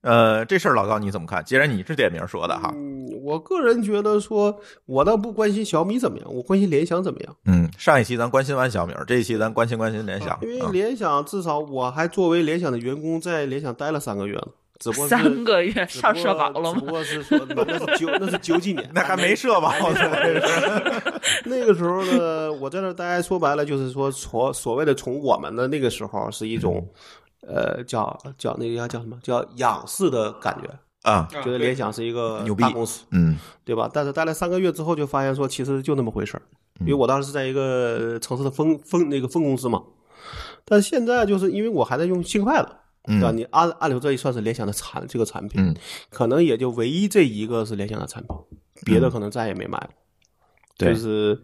A: 呃，这事儿老高你怎么看？既然你是点名说的哈，
B: 嗯，我个人觉得说，我倒不关心小米怎么样，我关心联想怎么样。
A: 嗯，上一期咱关心完小米儿，这一期咱关心关心联想。
B: 哦因为
A: 嗯
B: 联想至少我还作为联想的员工，在联想待了三个月了，只不过是
D: 三个月
B: 只不
D: 上
B: 过
D: 社保了
B: 只
D: 吗
B: 不？过是 说那是九那是九几年，
A: 那还没社 保呢，
B: 那个时候呢，我在那儿待，说白了就是说从所谓的从我们的那个时候是一种，呃，叫叫那个叫什么叫仰视的感觉，
A: 啊，
B: 觉得联想是一个
A: 牛逼
B: 大公司，
A: 嗯
B: 对吧？但是待了三个月之后，就发现说其实就那么回事儿，因
A: 嗯
B: 为我当时是在一个呃城市的分分那个分公司嘛，但现在就是因为我还在用新快乐。对吧？
A: 嗯
B: 你按按理说这也算是联想的产这个产品，
A: 嗯
B: 可能也就唯一这一个是联想的产品，别的可能再也没买了。
A: 对
B: 就是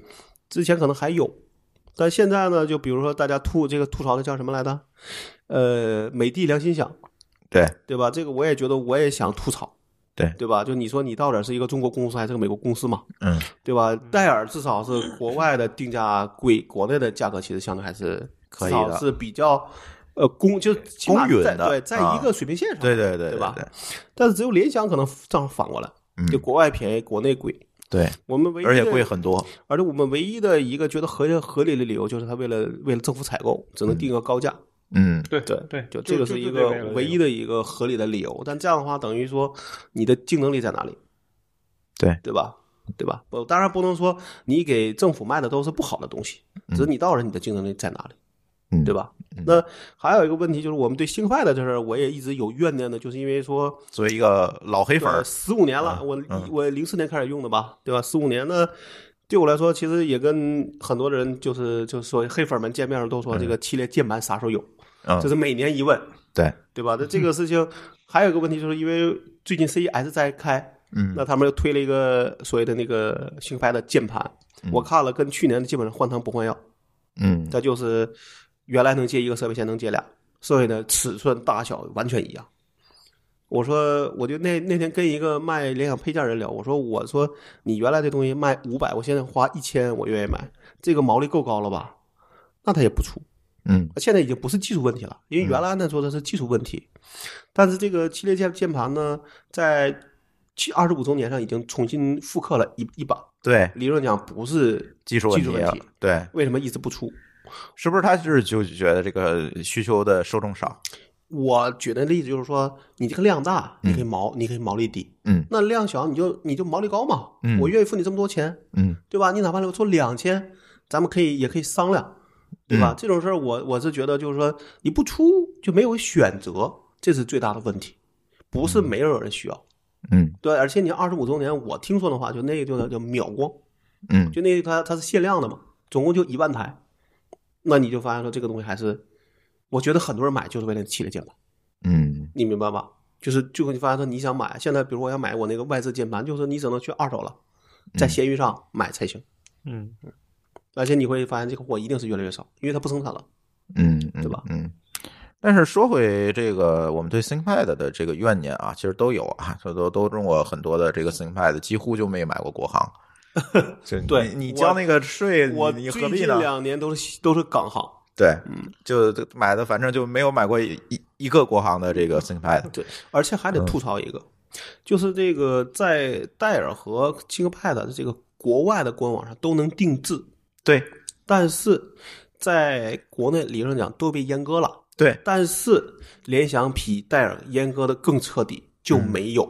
B: 之前可能还有，但现在呢，就比如说大家吐这个吐槽的叫什么来着？呃，美的良心想，
A: 对
B: 对吧？这个我也觉得我也想吐槽，
A: 对
B: 对吧？就你说你到底是一个中国公司还是个美国公司嘛，
A: 嗯
B: 对吧？戴尔至少是国外的定价贵，国内的价格其实相对还是
A: 可以
B: 至少
A: 的
B: 是比较呃公就起码
A: 公允
B: 在
A: 的
B: 对，在
A: 啊
B: 一个水平线上，
A: 对对对
B: 对吧
A: 对
B: 但是只有联想可能正好反过来，
A: 嗯
B: 就国外便宜，国内贵。
A: 对，
B: 我们唯一的
A: 而且贵，很多，
B: 而且我们唯一的一个觉得合合理的理由就是他为了为了政府采购，只能定个高价。
A: 嗯
C: 对
B: 对
C: 对，
B: 就这个是一个唯一
C: 的
B: 的一个合理的理由。但这样的话，等于说你的竞争力在哪里？
A: 对
B: 对吧？对吧？不，当然不能说你给政府卖的都是不好的东西，只是你到了你的竞争力在哪里，
A: 嗯，
B: 对？吧
A: 嗯？
B: 那还有一个问题就是，我们对新快的这事儿，我也一直有怨念的，就是因为说
A: 作为一个老黑粉儿，
B: 十五年了，我
A: 嗯
B: 我零四年开始用的吧，对吧？十五年呢，对我来说，其实也跟很多人就是就是说黑粉们见面都说这个系列键盘啥时候有，
A: 嗯
B: 这，是每年一问，
A: 对，嗯
B: 对吧？那这个事情还有一个问题，就是因为最近 CES 在开，
A: 嗯
B: 那他们又推了一个所谓的那个新拍的键盘，我看了跟去年的基本上换汤不换药，
A: 嗯
B: 它就是原来能接一个设备，现在能接俩，剩下的尺寸大小完全一样。我说，我就那那天跟一个卖联想配件人聊，我说，我说你原来这东西卖五百，我现在花一千，我愿意买，这个毛利够高了吧？那他也不出，
A: 嗯
B: 现在已经不是技术问题了，因为原来呢说的是技术问题，但是这个系列键键盘呢，在七二十五周年上已经重新复刻了一一版，
A: 对，
B: 理论讲不是
A: 技术问
B: 技
A: 题啊
B: 术问题，
A: 对，
B: 为什么一直不出？
A: 是不是他就是就觉得这个需求的受众少？
B: 我举的例子就是说，你这个量大，
A: 嗯
B: 你可以毛，你可以毛利低；
A: 嗯
B: 那量小，你就你就毛利高嘛。
A: 嗯
B: 我愿意付你这么多钱，
A: 嗯
B: 对吧？你哪怕留出两千，咱们可以也可以商量，对吧？
A: 嗯
B: 这种事儿，我我是觉得就是说，你不出就没有选择，这是最大的问题，不是没有人需要。
A: 嗯
B: 对，而且你二十五周年，我听说的话，就那个就叫秒光，
A: 嗯
B: 就那个它它是限量的嘛，总共就一万台，那你就发现说这个东西还是，我觉得很多人买就是为了气的键盘。
A: 嗯
B: 你明白吧？就是就会你发现说你想买，现在比如我想买我那个外置键盘，就是你只能去二手了，在闲鱼上买才行。
C: 嗯，
B: 而且你会发现这个货一定是越来越少，因为它不生产了。
A: 嗯，
B: 对吧
A: 嗯。但是说回这个，我们对 ThinkPad 的这个怨念啊，其实都有啊，这都都中过很多的这个 ThinkPad，几乎就没买过国 行。就你
B: 对
A: 你
B: 我
A: 交那个税，
B: 我
A: 你
B: 最
A: 你何必
B: 近
A: 呢？
B: 两嗯年都是都是港行，
A: 对，就买的，反正就没有买过一一一个国行的这个 ThinkPad。
B: 对，而且还得吐槽一个，就是这个在戴尔和 ThinkPad 的这个国外的官网上都能定制，
A: 对
B: 但是在国内理论上讲都被阉割了。
A: 对，
B: 但是联想比戴尔阉割的更彻底，就没有。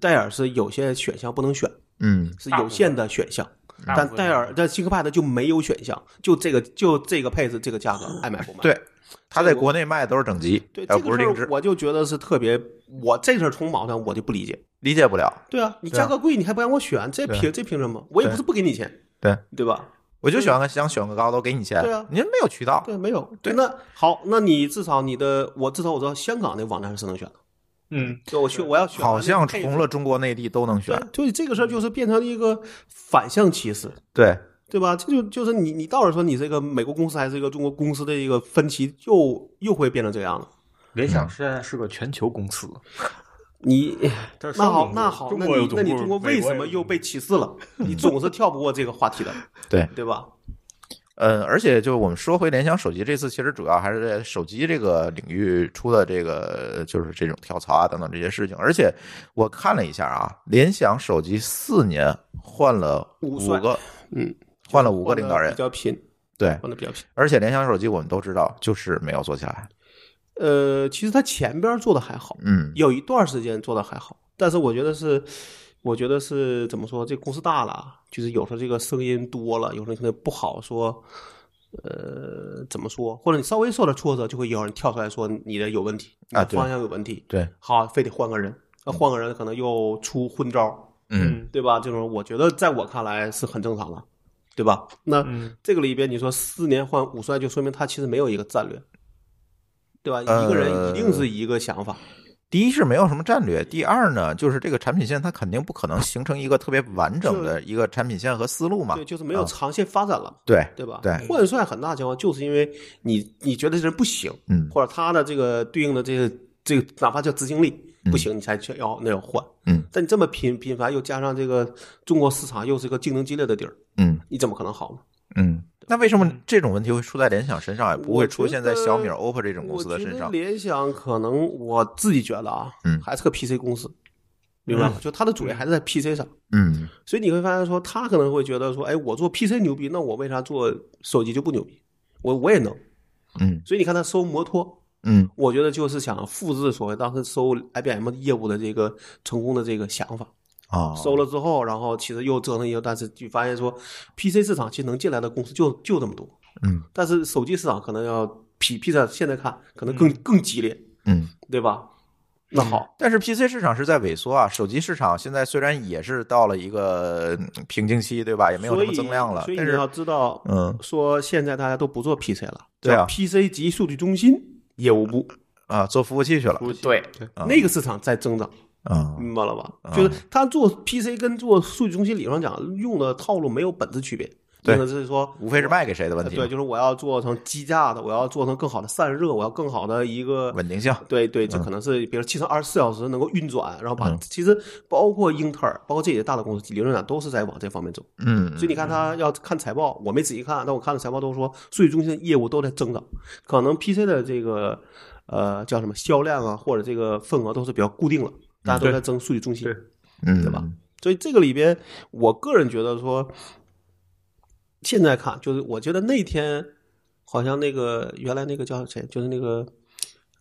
B: 戴尔是有些选项不能选，
A: 嗯
B: 是有限的选项，
C: 大
B: 但
C: 部分
B: 戴尔但 ThinkPad 就没有选项，就这个就这个配置这个价格，爱买不买。
A: 对，它在国内卖的都是整机，
B: 对，
A: 而
B: 这
A: 不
B: 个
A: 是
B: 事
A: 定制
B: 儿，我就觉得是特别，我这事儿从毛上我就不理解。
A: 理解不了。
B: 对啊，你
A: 对啊
B: 价格贵，你还不让我选，这
A: 对
B: 凭这凭什么？我也不是不给你钱，
A: 对
B: 对吧？
A: 我就喜欢个想选个高都给你钱，
B: 对啊
A: 您没有渠道。
B: 对，没有。
A: 对
B: 那好，那你至少你的，我至少我知道香港那网站是能选的。
C: 嗯，
B: 就我去，我要选完
A: 好
B: 那个
A: 像
B: 配置
A: 除了中国内地都能选，
B: 对，就是这个事儿就是变成了一个反向歧视，
A: 对
B: 对吧？这就就是你你到底说你这个美国公司还是一个中国公司的一个分歧，又又会变成这样了。
C: 联想现在是个全球公 司，
B: 你
C: 这是
B: 那
C: 哎说
B: 好
C: 明
B: 那好，
C: 中
B: 那
C: 国有
B: 你
C: 总
B: 那
C: 部，
B: 你中国为
C: 美
B: 什
C: 有
B: 么
C: 总
B: 又
C: 部
B: 被歧视了？你总是跳不过这个话题的，
A: 对
B: 对吧？
A: 呃，而且就我们说回联想手机这次，其实主要还是在手机这个领域出的这个就是这种跳槽啊等等这些事情。而且我看了一下啊，联想手机四年换了
B: 五
A: 五
B: 帅
A: 个，
B: 嗯，
A: 换了五个领导人
B: 比，较拼，
A: 对。
B: 换的比较拼。
A: 而且联想手机我们都知道，就是没有做起来。
B: 呃，其实他前边做的还好，
A: 嗯
B: 有一段时间做的还好，但是我觉得是，我觉得是怎么说？这公司大了，啊就是有时候这个声音多了，有时候可能不好说。呃，怎么说？或者你稍微受点挫折，就会有人跳出来说你的有问题，你
A: 啊
B: 的
A: 对
B: 方向有问题。
A: 对，
B: 好，非得换个人，那换个人可能又出昏招，
A: 嗯，
B: 对吧？这种我觉得在我看来是很正常的，对吧？那
C: 嗯
B: 这个里边你说四年换五帅，就说明他其实没有一个战略，对吧？
A: 呃
B: 一个人一定是一个想法，
A: 第一是没有什么战略，第二呢，就是这个产品线它肯定不可能形成一个特别完整的一个产品线和思路嘛
B: 对，。就是没有
A: 嗯
B: 长线发展了，
A: 对
B: 对吧？
A: 对
B: 换帅很大情况就是因为你你觉得这人不行，
A: 嗯
B: 或者他的这个对应的这个这个哪怕叫执行力不行，你才去要那要换。
A: 嗯，
B: 但你这么频频繁，又加上这个中国市场又是个竞争激烈的地儿，
A: 嗯
B: 你怎么可能好呢？
A: 嗯。那为什么这种问题会出在联想身上，也不会出现在小米、
B: 我觉得
A: OPPO 这种公
B: 我
A: 司的
B: 觉
A: 身
B: 得
A: 上？
B: 联想可能我自己觉得啊，
A: 嗯
B: 还是个 PC 公司，明白吗？就它的主力还是在 PC 上，
A: 嗯
B: 所以你会发现说，他可能会觉得说，哎，我做 PC 牛逼，那我为啥做手机就不牛逼？我我也能。
A: 嗯
B: 所以你看他收摩托，
A: 嗯
B: 我觉得就是想复制所谓当时收 IBM 业务的这个成功的这个想法。
A: 哦，
B: 收了之后，然后其实又折腾一个，但是就发现说，PC 市场其实能进来的公司就就这么多，
A: 嗯
B: 但是手机市场可能要比 P 上现在看可能更、更激烈，
A: 嗯。
B: 对吧？那好，
A: 但是 PC 市场是在萎缩啊，手机市场现在虽然也是到了一个嗯瓶颈期，对吧？也没有什么增量了，
B: 所以
A: 但
B: 所以
A: 是
B: 你要知道，
A: 嗯
B: 说现在大家都不做 PC 了，
A: 对啊
B: 叫，PC 及数据中心业务部，
A: 啊，做服务器去了，
B: 对
A: 啊
B: 那个市场在增长，
A: 啊
B: 明白了吧？
A: 啊
B: 就是他做 PC 跟做数据中心，理论上讲用的套路没有本质区别，
A: 对
B: 用的是说
A: 无非是卖给谁的问题嘛，啊
B: 对，就是我要做成机架的，我要做成更好的散热，我要更好的一个
A: 稳定性，
B: 对对，这可能是比如七乘二十四小时能够运转，然后把、
A: 嗯
B: 其实包括英特尔，包括这些大的公司，理论上都是在往这方面走。
A: 嗯，
B: 所以你看，他要看财报，我没仔细看，啊但我看了财报都说数据中心的业务都在增长，可能 PC 的这个呃叫什么销量啊，或者这个份额都是比较固定了，大家都在增数据中心。
C: 对
A: 嗯，
B: 对吧？所以这个里边，我个人觉得说，现在看就是，我觉得那天好像那个原来那个叫谁，就是那个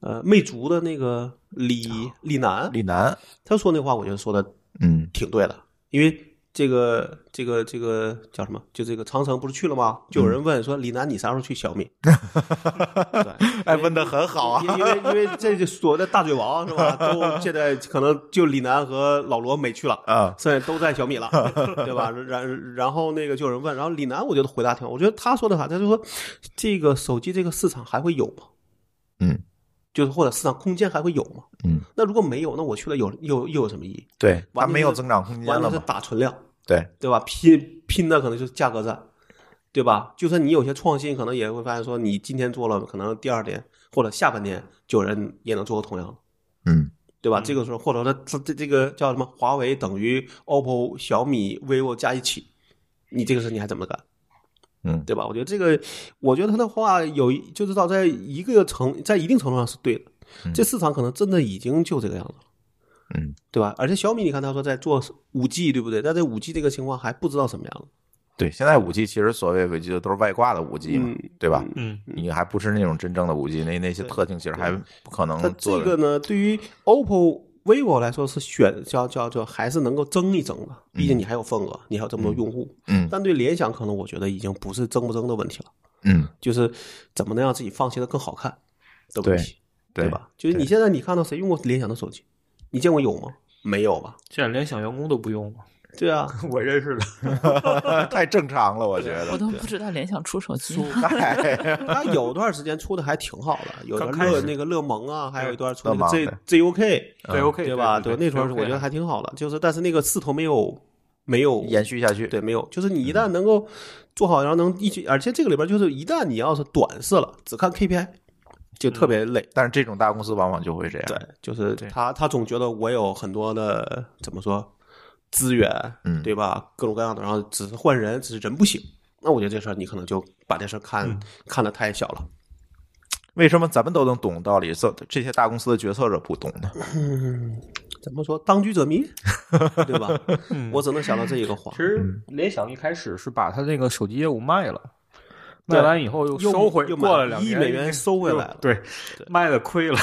B: 呃魅族的那个李
C: 哦
B: 李楠，
A: 李楠，
B: 他说那话，我觉得说的
A: 嗯
B: 挺对的，因为这个这个这个叫什么？就这个长城不是去了吗？就
A: 嗯
B: 有人问说，李楠你啥时候去 小米？对。
A: 哎，问的很好啊
B: 因，因为因为这就所谓的大嘴王是吧？ 都现在可能就李楠和老罗没去了，
A: 啊，
B: 现在都在小 米了，对吧？然然后那个就有人问，然后李楠我觉得回答挺好，我觉得他说的啥，他就说这个手机这个市场还会有吗？
A: 嗯，
B: 就是或者市场空间还会有吗？
A: 嗯，
B: 那如果没有，那我去了有又又有什么意义？
A: 对，它
B: 完全
A: 没有
B: 是
A: 增长空间
B: 完
A: 了
B: 全是
A: 嘛，
B: 打存量，
A: 对，
B: 对吧？拼拼的可能就是价格战，对吧？就算你有些创新，可能也会发现说你今天做了，可能第二年或者下半年就有人也能做同样的。
A: 嗯
B: 对吧？这个时候，或者说这这这个叫什么？华为等于 OPPO、小米、vivo 加一起，你这个事你还怎么干？
A: 嗯，
B: 对吧？我觉得这个，我觉得他的话有一，就知道在一个程，在一定程度上是对的
A: 嗯。
B: 这市场可能真的已经就这个样子了，
A: 嗯，
B: 对吧？而且小米，你看他说在做五 G，对不对？但这五 G 这个情况还不知道什么样了。
A: 对，现在五 G 其实所谓五 G 的都是外挂的五 G 嘛
B: 嗯，
A: 对吧？
C: 嗯，
A: 你还不是那种真正的五 G，那那些特性其实还不可
B: 它
A: 能嗯做
B: 这
A: 的
B: 个，呢，对于 OPPO、vivo 来说是选叫叫叫还是能够争一争的，毕竟你还有份额，你还有这么多用户。
A: 嗯
B: 但对联想，可能我觉得已经不是争不争的问题了，
A: 嗯，
B: 就是怎么能让自己放弃的更好看的问题，
A: 对
B: 吧？就是你
A: 对
B: 现在你看到谁用过联想的手机？你见过有吗？没有吧？
C: 现在联想员工都不用了，
B: 对啊，
C: 我认识的，
A: 太正常了，我觉
D: 我
A: 得。
D: 都不知道联想出手机，
A: 嗨，
B: 它有段时间出的还挺好的，有的
C: 刚开
B: 乐
C: 始
B: 那个乐盟啊，还有一段出
A: 乐
B: 那
A: 盟
B: 个
A: 对
B: Z ZUK，
C: 对 OK
B: 嗯
C: 啊
B: 对吧？
C: 对，
B: 那时候我觉得还挺好的，就是但是那个势头没有没有
A: 延续下去，
B: 对，没有，就是你
A: 嗯
B: 一旦能够做好，然后能一起，而且这个里边就是一旦你要是短视了，只看 KPI，就
C: 嗯
B: 特别累。
A: 但是这种大公司往往就会这样。
B: 对，就是
A: 对
B: 他他总觉得我有很多的怎么说资源，
A: 嗯
B: 对吧？各种各样的，然后只是换人，只是人不行。那我觉得这事儿你可能就把这事儿看、
C: 嗯
B: 看得太小了。
A: 为什么咱们都能懂道理，这这些大公司的决策者不懂呢？
B: 嗯，怎么说当局者 迷，对吧？
C: 嗯
B: 我只能想到这一个话嗯
C: 其。实联想一开始是把他那个手机业务卖了，卖完以后又
B: 又
C: 收回，
B: 又
C: 过了
B: 买
C: 两
B: 一亿
C: 年
B: 美元收回来了
C: 又对，卖了亏了，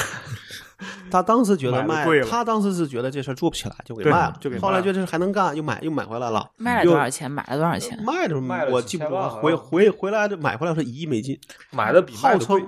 B: 他当时觉得
C: 买得
B: 卖
C: 贵，了
B: 他当时是觉得这事儿做不起来，就给
C: 对
B: 卖了。
C: 就给卖
B: 后来
C: 了
B: 觉得这事还能干，又买又买回来了。
D: 卖了
B: 又
D: 多少钱？买了多少钱？
B: 卖的
C: 卖了
B: 我
C: 几
B: 记不
C: 千
B: 住了，
C: 万好
B: 回
C: 像
B: 回回来的买回来是一亿美金，
C: 买的比卖
B: 号
C: 的贵
B: 称。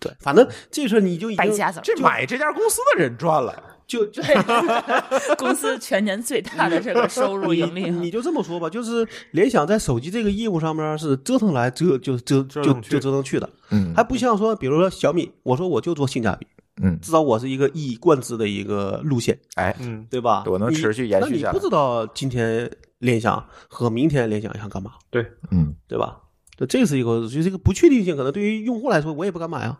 B: 对，反
A: 嗯
B: 正这事儿你就已
D: 败
B: 经
D: 家子
A: 这买这家公司的人赚了，
B: 就就
D: 儿，公司全年最大的这个收入盈利
B: 你你
D: 啊，
B: 就这么说吧，就是联想在手机这个业务上面是折腾来折就折就
C: 折
B: 就
C: 腾去
B: 折腾去的，
A: 嗯
B: 还不像说比如说小米，我说我就做性价比，
A: 嗯，
B: 至少我是一个一以贯之的一个路线，
A: 哎，
C: 嗯，
B: 对吧？
A: 我能
B: 你
A: 持续延续下
B: 那
A: 来
B: 你不知道今天联想和明天联想想干嘛，
A: 嗯，
B: 对吧？这这是一个就是一个不确定性，可能对于用户来说我也不敢买 啊。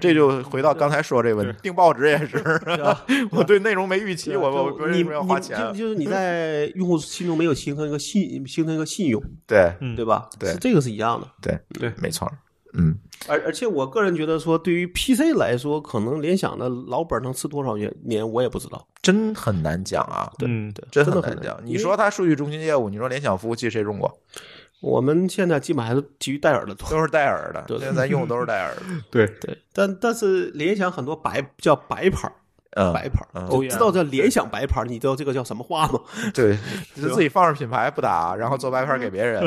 A: 这就回到刚才说这个问题，订报纸也是， 我对内容没预期，我我
B: 就
A: 我为
B: 你
A: 什么要花钱？啊
B: 你就就是你在用户心中没有形成一个信形成一个信用，
A: 对
C: 嗯
B: 对吧？
A: 对
B: 是这个是一样的。
A: 对
C: 对
A: 没错，嗯，
B: 而而且我个人觉得说，对于 PC 来说，可能联想的老本能吃多少年年我也不知道。
A: 真很难讲啊，
C: 嗯，对，
A: 真
B: 真
A: 很
B: 的很
A: 难
B: 难
A: 讲。你说它数据中心业务，你说联想服务器谁用过？
B: 我们现在基本还是基于戴尔的多。
A: 都是戴尔的，
B: 对
A: 现在咱用的都是戴尔的，
C: 对，
B: 对，但但是联想很多白叫白牌儿，
A: 嗯，
B: 白牌儿，
A: 嗯
B: 就知道叫联想白牌儿，你知道这个叫什么话吗？
A: 对， 就自己放上品牌不打，然后做白牌给别人，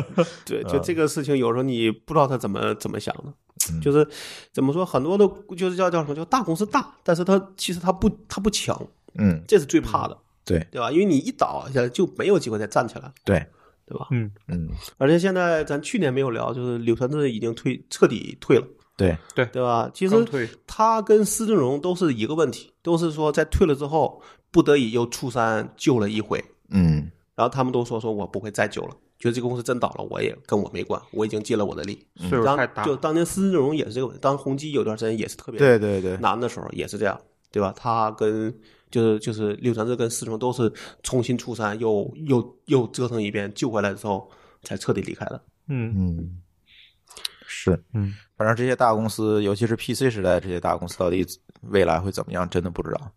B: 对，就
A: 嗯
B: 这个事情，有时候你不知道他怎么怎么想的
A: 嗯，
B: 就是怎么说，很多的，就是叫叫什么，叫大公司大，但是他其实他不他不强，
A: 嗯，
B: 这是最怕的，
A: 对
B: 对吧？因为你一倒下来就没有机会再站起来了，
A: 对，
B: 对吧？
C: 嗯
A: 嗯，
B: 而且现在咱去年没有聊，就是柳传志已经退彻底退了，
A: 对，
B: 对吧？其
C: 刚
B: 实
C: 退
B: 他跟施正荣都是一个问题，都是说在退了之后，不得已又出山救了一回，
A: 嗯，
B: 然后他们都说说我不会再救了，觉得这个公司真倒了，我也跟我没关，我已经尽了我的力。
C: 岁数
B: 当
C: 嗯太大
B: 就，当年施正荣也是这个问题，当红基有段时间也是特别
A: 对对对，
B: 难的时候也是这样，对吧？他跟就是就是柳传志跟施正荣都是重新出山，又又又折腾一遍，救回来之后才彻底离开的。
C: 嗯
A: 嗯，是，
C: 嗯，
A: 反正这些大公司，尤其是 PC 时代这些大公司，到底未来会怎么样，真的不知道。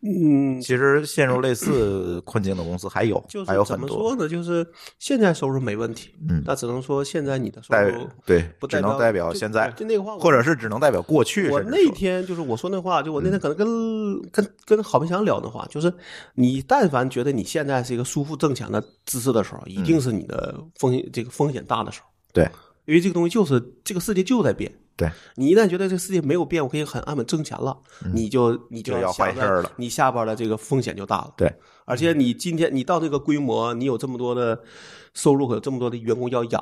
B: 嗯，
A: 其实陷入类似困境的公司还有，
B: 就
A: 还有
B: 是怎
A: 很
B: 么
A: 多
B: 说，呢？就是现在收入没问题，
A: 嗯，
B: 那只能说现在你的收
A: 代
B: 入
A: 对
B: 不，
A: 只
B: 代
A: 能代表
B: 就
A: 现在，
B: 就那个话我，
A: 或者是只能代表过去。
B: 我
A: 甚至
B: 那
A: 说
B: 天就是我说那话，就我
A: 嗯
B: 那天可能跟、跟跟郝明祥聊的话，就是你但凡觉得你现在是一个舒服挣钱的姿势的时候，一
A: 嗯
B: 定是你的风险、这个风险大的时候，
A: 对
B: 因为这个东西就是这个世界就在变。
A: 对，
B: 你一旦觉得这个世界没有变，我可以很安稳挣钱了，
A: 嗯
B: 你就你
A: 就要
B: 下
A: 坏
B: 边
A: 事儿了
B: 你下边的这个风险就大了。
A: 对，
B: 而且你今天你到这个规模，你有这么多的收入，有这么多的员工要养，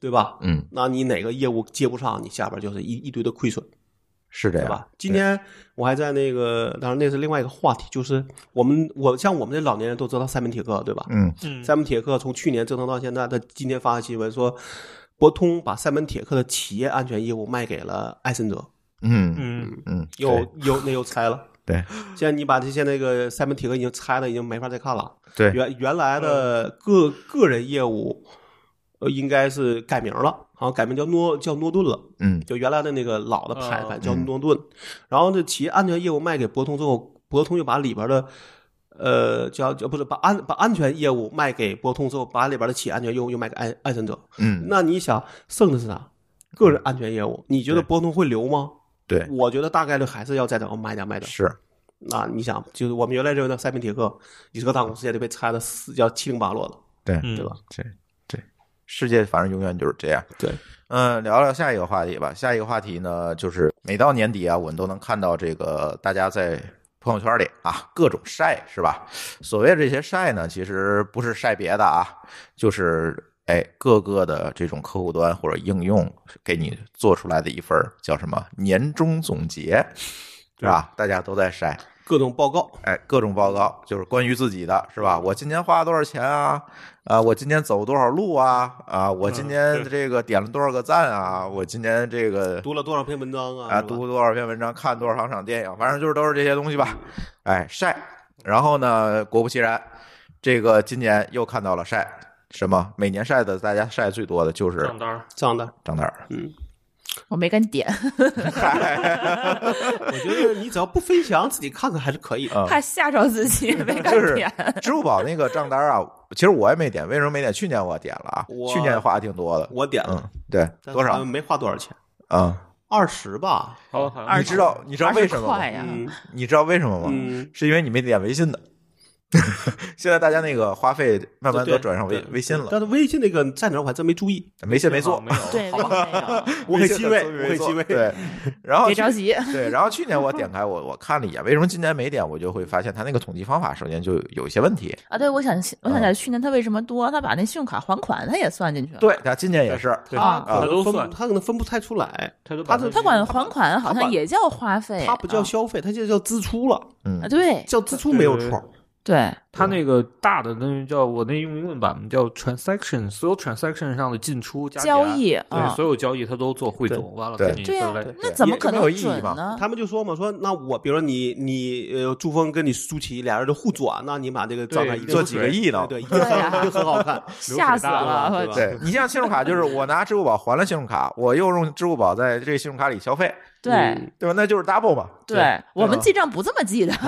B: 对吧？
A: 嗯，
B: 那你哪个业务接不上，你下边就是一一堆的亏损。
A: 是这
B: 对
A: 样
B: 吧？，今天我还在那个，当然那是另外一个话题，就是我们我像我们这老年人都知道塞门铁克，对吧？
A: 嗯
C: 嗯
B: 塞门铁克从去年折腾到现在，他今天发的新闻说，博通把塞门铁克的企业安全业务卖给了艾森哲，
A: 嗯
C: 嗯，
A: 嗯，
B: 又又那又拆了。
A: 对
B: 现在你把这些那个塞门铁克已经拆了，已经没法再看了。
A: 对嗯对
B: 原原来的个个人业务，呃，应该是改名了，好像改名叫诺叫诺顿了。
A: 嗯
B: 就原来的那个老的牌
C: 哦
B: 牌叫诺顿，然后这企业安全业务卖给博通之后，博通又把里边的呃叫叫不是把安把安全业务卖给博通之后，把里边的企业安全业务又卖给爱爱森者。
A: 嗯，
B: 那你想剩的是啥？个人安全业务，你觉得博通会留吗？
A: 对
B: 我觉得大概率还是要再找个买点买点。
A: 是
B: 那你想，就是我们原来认为的塞宾铁克，你是个大公司，现在被拆的四要七零八落了。
A: 对
C: 嗯
B: 对吧？
A: 这这世界反正永远就是这样。
B: 对，
A: 嗯，聊聊下一个话题吧。下一个话题呢，就是每到年底啊，我们都能看到这个大家在朋友圈里啊各种晒，是吧？所谓这些晒呢，其实不是晒别的啊，就是哎各个的这种客户端或者应用给你做出来的一份儿叫什么年终总结。是吧？大家都在晒，
B: 各种报告，
A: 哎，各种报告就是关于自己的，是吧？我今年花了多少钱啊？啊，我今年走多少路啊？啊，我
B: 嗯
A: 今年这个点了多少个赞啊？我今年这个
B: 读了多少篇文章啊？
A: 啊，
B: 是吧
A: 读多少篇文章，看多少场电影，反正就是都是这些东西吧。
B: 嗯
A: 哎，晒，然后呢，果不其然，这个今年又看到了晒什么？每年晒的大家晒最多的就是
C: 账单儿
B: 这样的。
A: 张丹儿，
D: 我没敢点，
B: 啊我觉得你只要不分享，自己看看还是可以 的。
A: 啊
D: 怕吓着自己，没敢
A: 就是
D: 点。
A: 支付宝那个账单啊，其实我也没点，为什么没点？去年我点了啊
B: 我，
A: 去年花挺多的，
B: 我点了
A: 嗯，，对，
B: 但
A: 多
B: 好
A: 少
B: 像没花多少钱，
A: 啊？
B: 二十吧。
C: 好好嗯
D: 二
A: 你
D: 十
A: 知道你知道为什么
D: 二十块啊
A: 吗？
D: 呀？
B: 嗯
A: 你知道为什么吗？
B: 嗯，
A: 是因为你没点微信的。 现在大家那个花费慢慢都
B: 对
A: 转上微
B: 对
A: 微信了，
B: 但是微信那个在哪儿我还真没注意。
A: 没信没做，
C: 没有
D: 对，没有没有，
A: 我
B: 很欣慰我很欣慰
A: 对，然后
D: 别
A: 去
D: 着急。
A: 对，然后去年我点开我我看了一眼，为什么今年没点？我就会发现他那个统计方法首先就有一些问题。
D: 啊，对，我想起
B: 嗯
D: 我想起来，去年他为什么多？他把那信用卡还款他也算进去了。
A: 对，他今年也是，
C: 对
D: 啊
C: 他都
B: 分
C: 算，
B: 他可能分不太出来，
E: 他就
B: 他
E: 把
B: 是
E: 这
D: 他管还款好像也叫花费，
B: 他不叫
D: 啊
B: 消费，他就叫支出了，
A: 嗯
D: 啊，，对
B: 叫支出没有
C: 对对
B: 错。
D: 对，
C: 他那个大的那叫我那用英文版叫 transaction，所有 transaction 上的进出加起来
D: 交易
C: 对
D: 啊，
C: 所有交易他都做汇总，完了
A: 对
C: 给你
D: 对呀
C: 分类。
D: 那怎么
A: 也
D: 可
A: 没
D: 能
A: 有意义
D: 准
A: 嘛
D: 呢？
B: 他们就说嘛，说那我比如说你你呃朱峰跟你舒淇俩人就互转，那你把这个账单
C: 对
B: 一定
A: 做几个亿呢？
B: 对，对一定很
D: 对呀
B: 一定很好看。
D: 吓死了！
B: 流水大了对
D: 我
A: 对你像信用卡，就是我拿支付宝还了信用卡，我又用支付宝在这信用卡里消费，
D: 对
A: 对吧？那就是 double 嘛。
D: 对，我们
A: 吧
D: 记账不这么记的，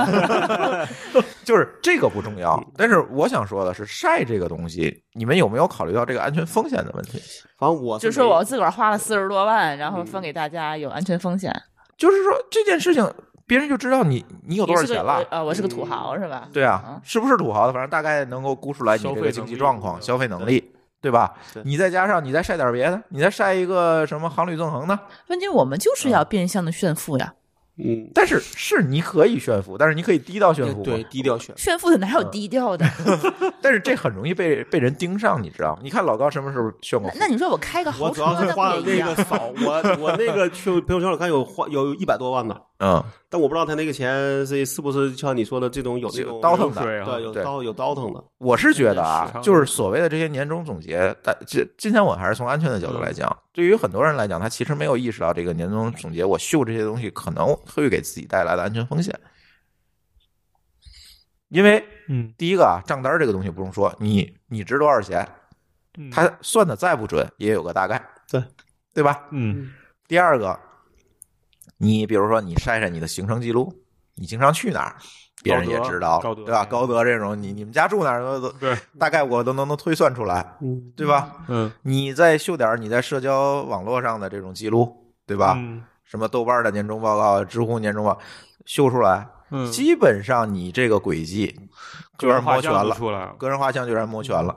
A: 就是这个不重要，
C: 嗯
A: 但是我想说的是，晒这个东西，你们有没有考虑到这个安全风险的问题？
B: 反正我
D: 就是说
B: 没
D: 我自个儿花了四十多万，然后分给大家，有安全风险。
A: 就是说这件事情，别人就知道你你有多少
D: 你是
A: 钱
D: 个
A: 了
D: 我。呃，我是个土豪是吧？
A: 对啊
D: 嗯，
A: 是不是土豪的，反正大概能够估出来你这
C: 消
A: 个
C: 费
A: 经济
C: 能力
A: 状况、
C: 对
A: 消费能力，对吧
B: 对？
A: 你再加上你再晒点别的，你再晒一个什么航旅纵横呢？
D: 问题我们就是要变相的炫富呀，
B: 嗯，
A: 但是是你可以炫富，但是你可以低到炫富，
B: 对，低。调选。
D: 炫富的哪有低调的？
A: 但是这很容易被被人盯上，你知道吗？你看老高什么时候炫过
D: 那
A: 富？
D: 那你说我开个
B: 我
D: 豪
B: 主
D: 车
B: 要是花
D: 那
B: 的
D: 不也一啊
B: 那
D: 样
B: 个？少，我我那个去朋友圈我看有花有一百多万呢，
A: 嗯，
B: 但我不知道他那个钱是是不是像你说的这种有这
A: 就
B: 种
A: 刀腾
C: 流水
A: 的。
C: 啊
B: 对，有
A: 对
B: 刀有刀腾的，
A: 我是觉得
C: 市
A: 啊，
C: 场
A: 就是所谓的这些年终总结，但今今天我还是从安全的角度来讲，对于很多人来讲，他其实没有意识到这个年终总结，我秀这些东西可能会给自己带来的安全风险，因为
C: 嗯，
A: 第一个啊，账单儿这个东西不用说，你你值多少钱，
C: 嗯
A: 他算的再不准也有个大概，
B: 对
A: 对吧？
C: 嗯
A: 第二个，你比如说你晒晒你的行程记录，你经常去哪儿，别人也知道了，
C: 高德
A: 对吧？
C: 嗯
A: 高德这种，你你们家住哪儿都都
C: 对，
A: 大概我都能能推算出来，
B: 嗯，
A: 对吧？
C: 嗯
A: 你再秀点儿你在社交网络上的这种记录，对吧？
C: 嗯
A: 什么豆瓣儿的年终报告、知乎年终报告秀出来，
C: 嗯，
A: 基本上你这个轨迹就
C: 个人
A: 让
C: 画
A: 摸全
C: 像
A: 了
C: 就。出来了，
A: 个人画像就让摩拳了。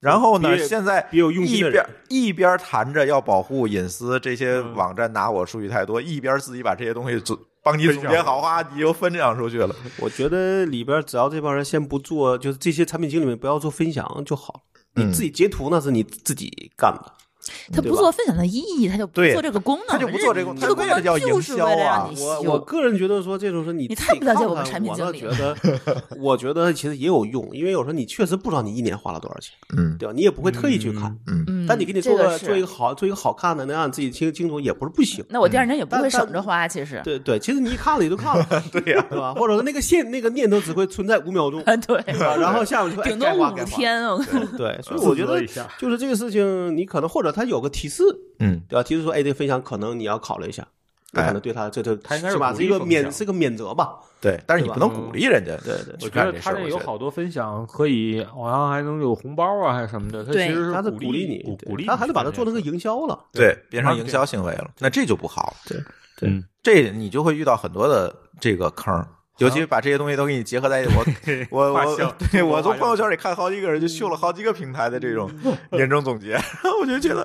A: 然后呢，
B: 别
A: 现在
B: 嗯别有用
A: 一
B: 心的
A: 边
B: 人，
A: 一边谈着要保护隐私，这些
C: 嗯
A: 网站拿我数据太多，一边自己把这些东西总帮你
C: 分
A: 总
C: 享
A: 结好，哗，你就分享出去了。
B: 我觉得里边只要这帮人先不做，就是这些产品经理们不要做分享就好。
A: 嗯
B: 你自己截图那是你自己干的，
D: 他
B: 对
D: 不
B: 吧
D: 做分享的意义，他就不
A: 对
D: 做这个功能，
A: 他就不做这个
D: 这个功
A: 他为了叫
D: 能就
A: 营
D: 是
A: 销
D: 为
A: 啊
D: 了让你
B: 我
D: 秀
B: 我个人觉得说这种是你
D: 嗯你
B: 自
D: 太
B: 己
D: 不了解
B: 看
D: 我们
B: 看
D: 产品
B: 我
D: 经
B: 倒
D: 理
B: 觉得，我觉得其实也有用，因为有时候你确实不知道你一年花了多少钱，
A: 嗯
B: 对吧？你也不会特意去看，
A: 嗯，
D: 嗯，
B: 但你给你做
D: 这
B: 个
D: 是
B: 做一个好做一个好看的，能让你自己清清楚也不是不行。
D: 那我第二年也不
B: 但
D: 会
B: 但
D: 省着花，其实。
B: 对对，其实你一看了也就 看了，
A: 对呀，
B: 对吧？或者说那个线那个念头只会存在五秒钟，
D: 啊， 对，
B: 对吧然后下午就
D: 顶
B: 哎该
D: 多
B: 花
D: 五
B: 该花
D: 天。哦我
B: 对，所以我觉
C: 啊自责
B: 得
C: 一下
B: 就是这个事情，你可能或者他有个提示，
A: 嗯，
B: 对吧？提示说，哎，这个分享可能你要考虑一下，那
A: 哎
B: 可能对他这这
C: 他应该是
B: 是吧？
C: 鼓
B: 是
C: 励
B: 一个
C: 分
B: 免
C: 享
B: 是个免责吧？
A: 对。但是你不能鼓励人家，
B: 对对
C: 我
A: 去
C: 觉
A: 干
C: 得
A: 这事
C: 他
A: 儿。
C: 这
A: 我
C: 有
A: 觉得
C: 好多分享，可以好像还能有红包啊，还是什么的。他其
D: 对
C: 实
B: 他是
C: 鼓
B: 励
C: 鼓
B: 你，对
C: 鼓励你去干这个事儿，
B: 他还是把它做成个营销了。
A: 对变成营销行为了，那这就不好。
C: 对嗯
A: 这你就会遇到很多的这个坑儿。尤其把这些东西都给你结合在一起，我我
C: 画
A: 我
C: 像，
A: 对我
C: 画
A: 从
C: 像
A: 朋友 圈里看好几个人就秀了好几个平台的这种年终总结，然后我就觉得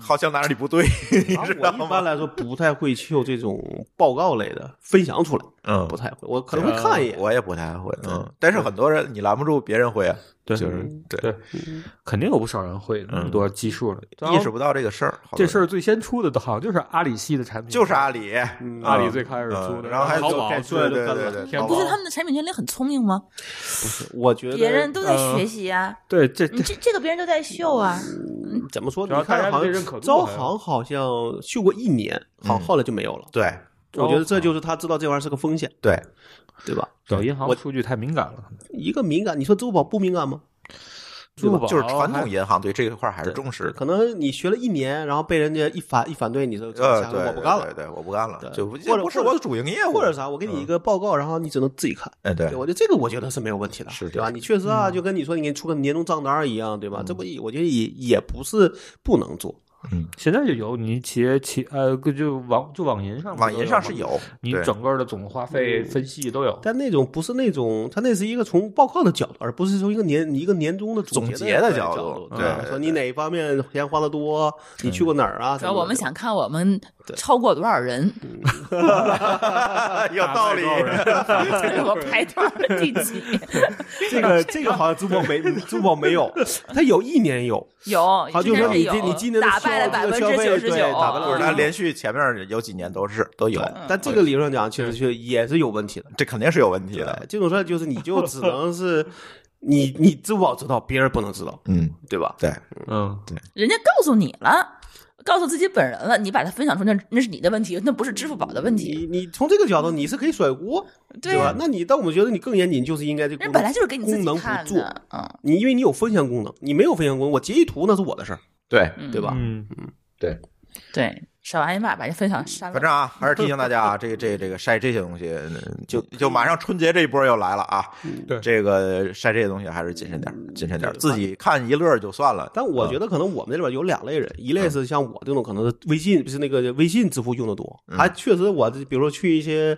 A: 好像哪里不对，你
B: 啊
A: 知
B: 我
A: 道
B: 一般
A: 吗？
B: 来说不太会就这种报告类的分享出来，
A: 嗯
B: 不太会。我可能会
C: 啊
B: 看一眼，
A: 我也不太会，嗯，但是很多人你拦不住别人会啊，
C: 对
A: 就是对，嗯
C: 对，肯定有不少人会的，那么多技术了，
A: 意识不到这个事儿，好多
C: 这
A: 人
C: 事儿最先出的，好像就是阿里系的产品，
A: 就是阿里，
B: 嗯
C: 阿里最开始出
A: 嗯
C: 的，
A: 然后还有
C: 淘宝
A: 对对
B: 对
A: 对
B: 对对
A: 对，
C: 天
A: 淘宝
C: 猫
D: 不是他们的产品经理很聪明吗？
B: 我觉得
D: 别人都在
C: 呃
D: 学习啊，
C: 对这
D: 你
C: 这
D: 这这个别人都在秀啊，
B: 嗯怎么说呢？
C: 主要
B: 你看
C: 大家
B: 好
C: 对认可
B: 像
C: 度
B: 招
C: 还
B: 行好像秀过一年，好
A: 嗯
B: 后来就没有了。
A: 对
B: 我觉得这就是他知道这玩意儿是个风险，
A: 对，
B: 对吧？
C: 小银行
B: 我
C: 数据太敏感了，
B: 一个敏感，你说支付宝不敏感吗？
C: 支付宝
A: 就是传统银行对这一块儿还是重视的，
B: 可能你学了一年，然后被人家一反一反对，你就
A: 呃，
B: 想
A: 对，
B: 我不干
A: 对
B: 了，
A: 对，对我不干了，
B: 对
A: 就不
B: 或者
A: 不是我的主营业务，
B: 或者啥，我给你一个报告，然后你只能自己看。
A: 哎，对
B: 对，我觉得这个我觉得是没有问题的，
A: 是的嗯
B: 对吧？你确实啊，就跟你说你给你出个年终账单儿一样，对吧？这不也我觉得也也不是不能做，
C: 现在就有你企业企呃就网就网银上
A: 网银上是
C: 有。
A: 有，
C: 你
A: 对嗯
C: 整个的总花费分析都
D: 啊
C: 有。
B: 但那种不是那种，它那是一个从报告的角度，而不是从一个年一个年终的
A: 总结
B: 的
A: 的角
B: 角
A: 度
B: 对吧
A: 对，
B: 说你哪一方面钱花的多，你去过哪儿啊？
D: 嗯主要我们
B: 什么
D: 想看我们超过多 少人，
A: 有道理，
D: 就是我排多少第几。
B: 的这个这个好像珠宝 没珠宝没有，它有一年有，
D: 有，
B: 好，就是
D: 之前
B: 说你
D: 有
B: 今你今年的
D: 打败了百
B: 消
D: 分
B: 消
D: 之
B: 费
D: 九十
B: 对
D: 九，嗯
B: 打败
A: 不是
B: 了
D: 哦
A: 他连续前面有几年都是都有，
B: 但这个理论上讲，其实就也是有问题
D: 嗯
B: 的。
A: 这肯定是有问题
B: 对
A: 的，，
B: 这种事儿就是你就只能 是你你支付宝知道，别人不能知道，
A: 嗯，
B: 对吧？
A: 对，
C: 嗯，
D: 人家告诉你了，告诉自己本人了，你把它分享出去，那那是你的问题，那不是支付宝的问
B: 你
D: 题。嗯
B: 你从这个角度你是可以甩锅，
D: 对
B: 吧
D: 呀？
B: 那你但我们觉得你更严谨，就是应该这个
D: 人本来就是给你自
B: 功
D: 己
B: 能
D: 看
B: 不做，
D: 的，嗯，
B: 你因为你有分享功能，你没有分享功能，我截一图那是我的事儿，
A: 对，
D: 嗯
B: 对吧？
C: 嗯，
D: 对，扫完一码把这分享删
A: 反
D: 了。
A: 正啊，还是提醒大家啊，这这这个晒这些东西，嗯就就马上春节这一波又来了啊。
C: 对
A: 这个晒这些东西还是谨慎点儿，谨慎点儿，
B: 对
A: 自己看一乐儿就算了。
B: 但我觉得可能我们这里边有两类人，一
A: 嗯
B: 类是像我这种，可能是微信不是那个微信支付用的多，
A: 嗯
B: 还确实我这比如说去一些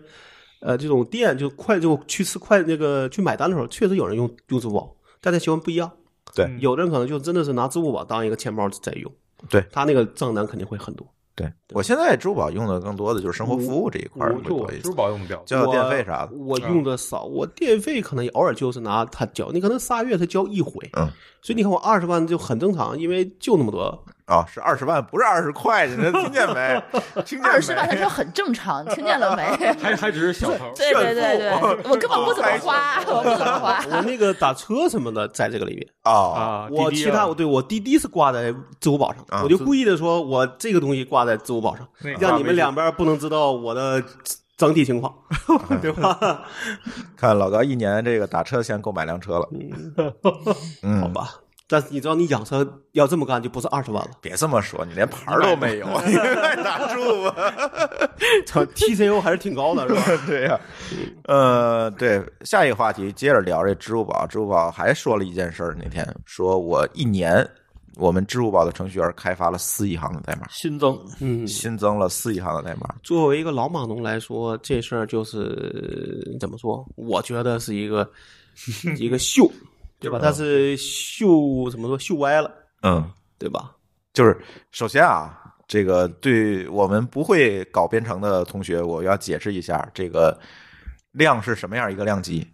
B: 呃这种店，就快就去吃快那个去买单的时候，确实有人用用支付宝，但这习惯不一样。
A: 对
C: 嗯
B: 有的人可能就真的是拿支付宝当一个钱包在用，
A: 对
B: 他那个账单肯定会很多。
A: 对我现在支付宝用的更多的就是生活服务这一块儿
C: 我
A: 会
C: 就
A: 多
C: 我
A: 一
C: 支
A: 些
C: 付，宝用的比较多。
A: 交交电费啥的。
B: 我用的少，我电费可能也偶尔就是拿他交，你可能仨月才交一回，
A: 嗯，
B: 所以你看我二十万就很正常，因为就那么多，
A: 啊，是二十万，不是二十块，你能听见没？听见没？
D: 二十万，他说很正常，听见了没？
C: 还还只是小头儿，
D: 对对对对，我根本不怎么花，我不怎 么花。
B: 我那个打车什么的在这个里面。
A: 啊，
C: 啊，
B: 我
C: 滴滴
B: 其他
C: 啊
B: 我对我滴滴是挂在支付宝上，
A: 啊
B: 我就故意的说我这个东西挂在支付宝上，
C: 那个
B: 让你们两边不能知道我的整体 情况，对吧？
A: 看老高一年这个打车钱够买辆车了，嗯，
B: 好吧。但是你知道，你养车要这么干就不是二十万了
A: 别这么说，你连牌儿都没有，你 快打住吧。
B: 这，TCO 还是挺高的， 是吧？
A: 对呀、呃，对，下一个话题接着聊这支付宝。支付宝还说了一件事儿，那天说我一年，我们支付宝的程序员开发了四亿行的代码，
C: 新增
B: 嗯，
A: 新增了四亿行的代码。
B: 作为一个老码农来说，这事儿就是怎么说？我觉得是一 个一个秀，对吧？但是秀怎么说？秀歪了，
A: 嗯，
B: 对吧？
A: 就是首先啊，这个对我们不会搞编程的同学，我要解释一下这个量是什么样一个量级。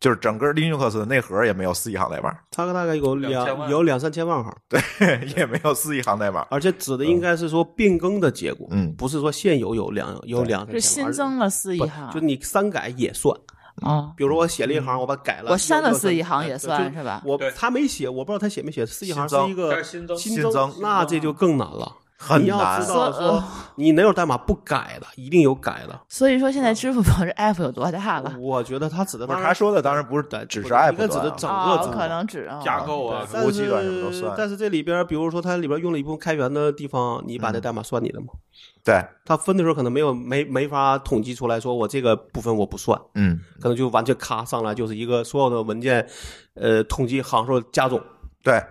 A: 就是整个 Linux 的内核也没有四亿行代码，
B: 它大概有
C: 两千
B: 两
C: 万
B: 有两三千万行，
A: 也没有四亿行代码。
B: 而且指的应该是说变更的结果，
A: 嗯
B: 不是说现有有两有两
D: 是新增了四亿
B: 不
D: 行
B: 就你删改也算。
D: 啊，
B: 比如说我写了一
A: 嗯
B: 行，我把它改了，
D: 我删了
B: 有有
D: 四亿行
B: 呃
D: 也算
B: 就是
D: 吧
B: 我
C: 对
B: 他没写，我不知道他写没写，四亿行是
A: 新增
B: 一个
C: 它是新增
A: 新增
B: 那这就更难了。
A: 很
B: 你要
A: 难
B: 知道
D: 所以
B: 说，你哪有代码不改的，
D: 嗯
B: 一定有改的。
D: 所以说现在支付宝这 app 有多大了？
B: 我觉得他指的
A: 不
B: 当
A: 是
B: 然
A: 他说的，当然不是
B: 对
A: 只
B: 不
A: 是
B: 是
A: app
B: 应该指的
A: 端啊
B: 整
D: 啊，
B: 个
D: 我
B: 增
D: 可
B: 长
D: 能只啊
C: 架构啊，
A: 对
B: 但
A: 服务
B: 是
A: 器端什么都算
B: 但是这里边，比如说它里边用了一部分开源的地方，你
A: 嗯
B: 把这代码算你的吗？
A: 对，
B: 它分的时候可能没有没没法统计出来说，我这个部分我不算，
A: 嗯，
B: 可能就完全咔上来就是一个所有的文件，呃，统计行数加总，
A: 对，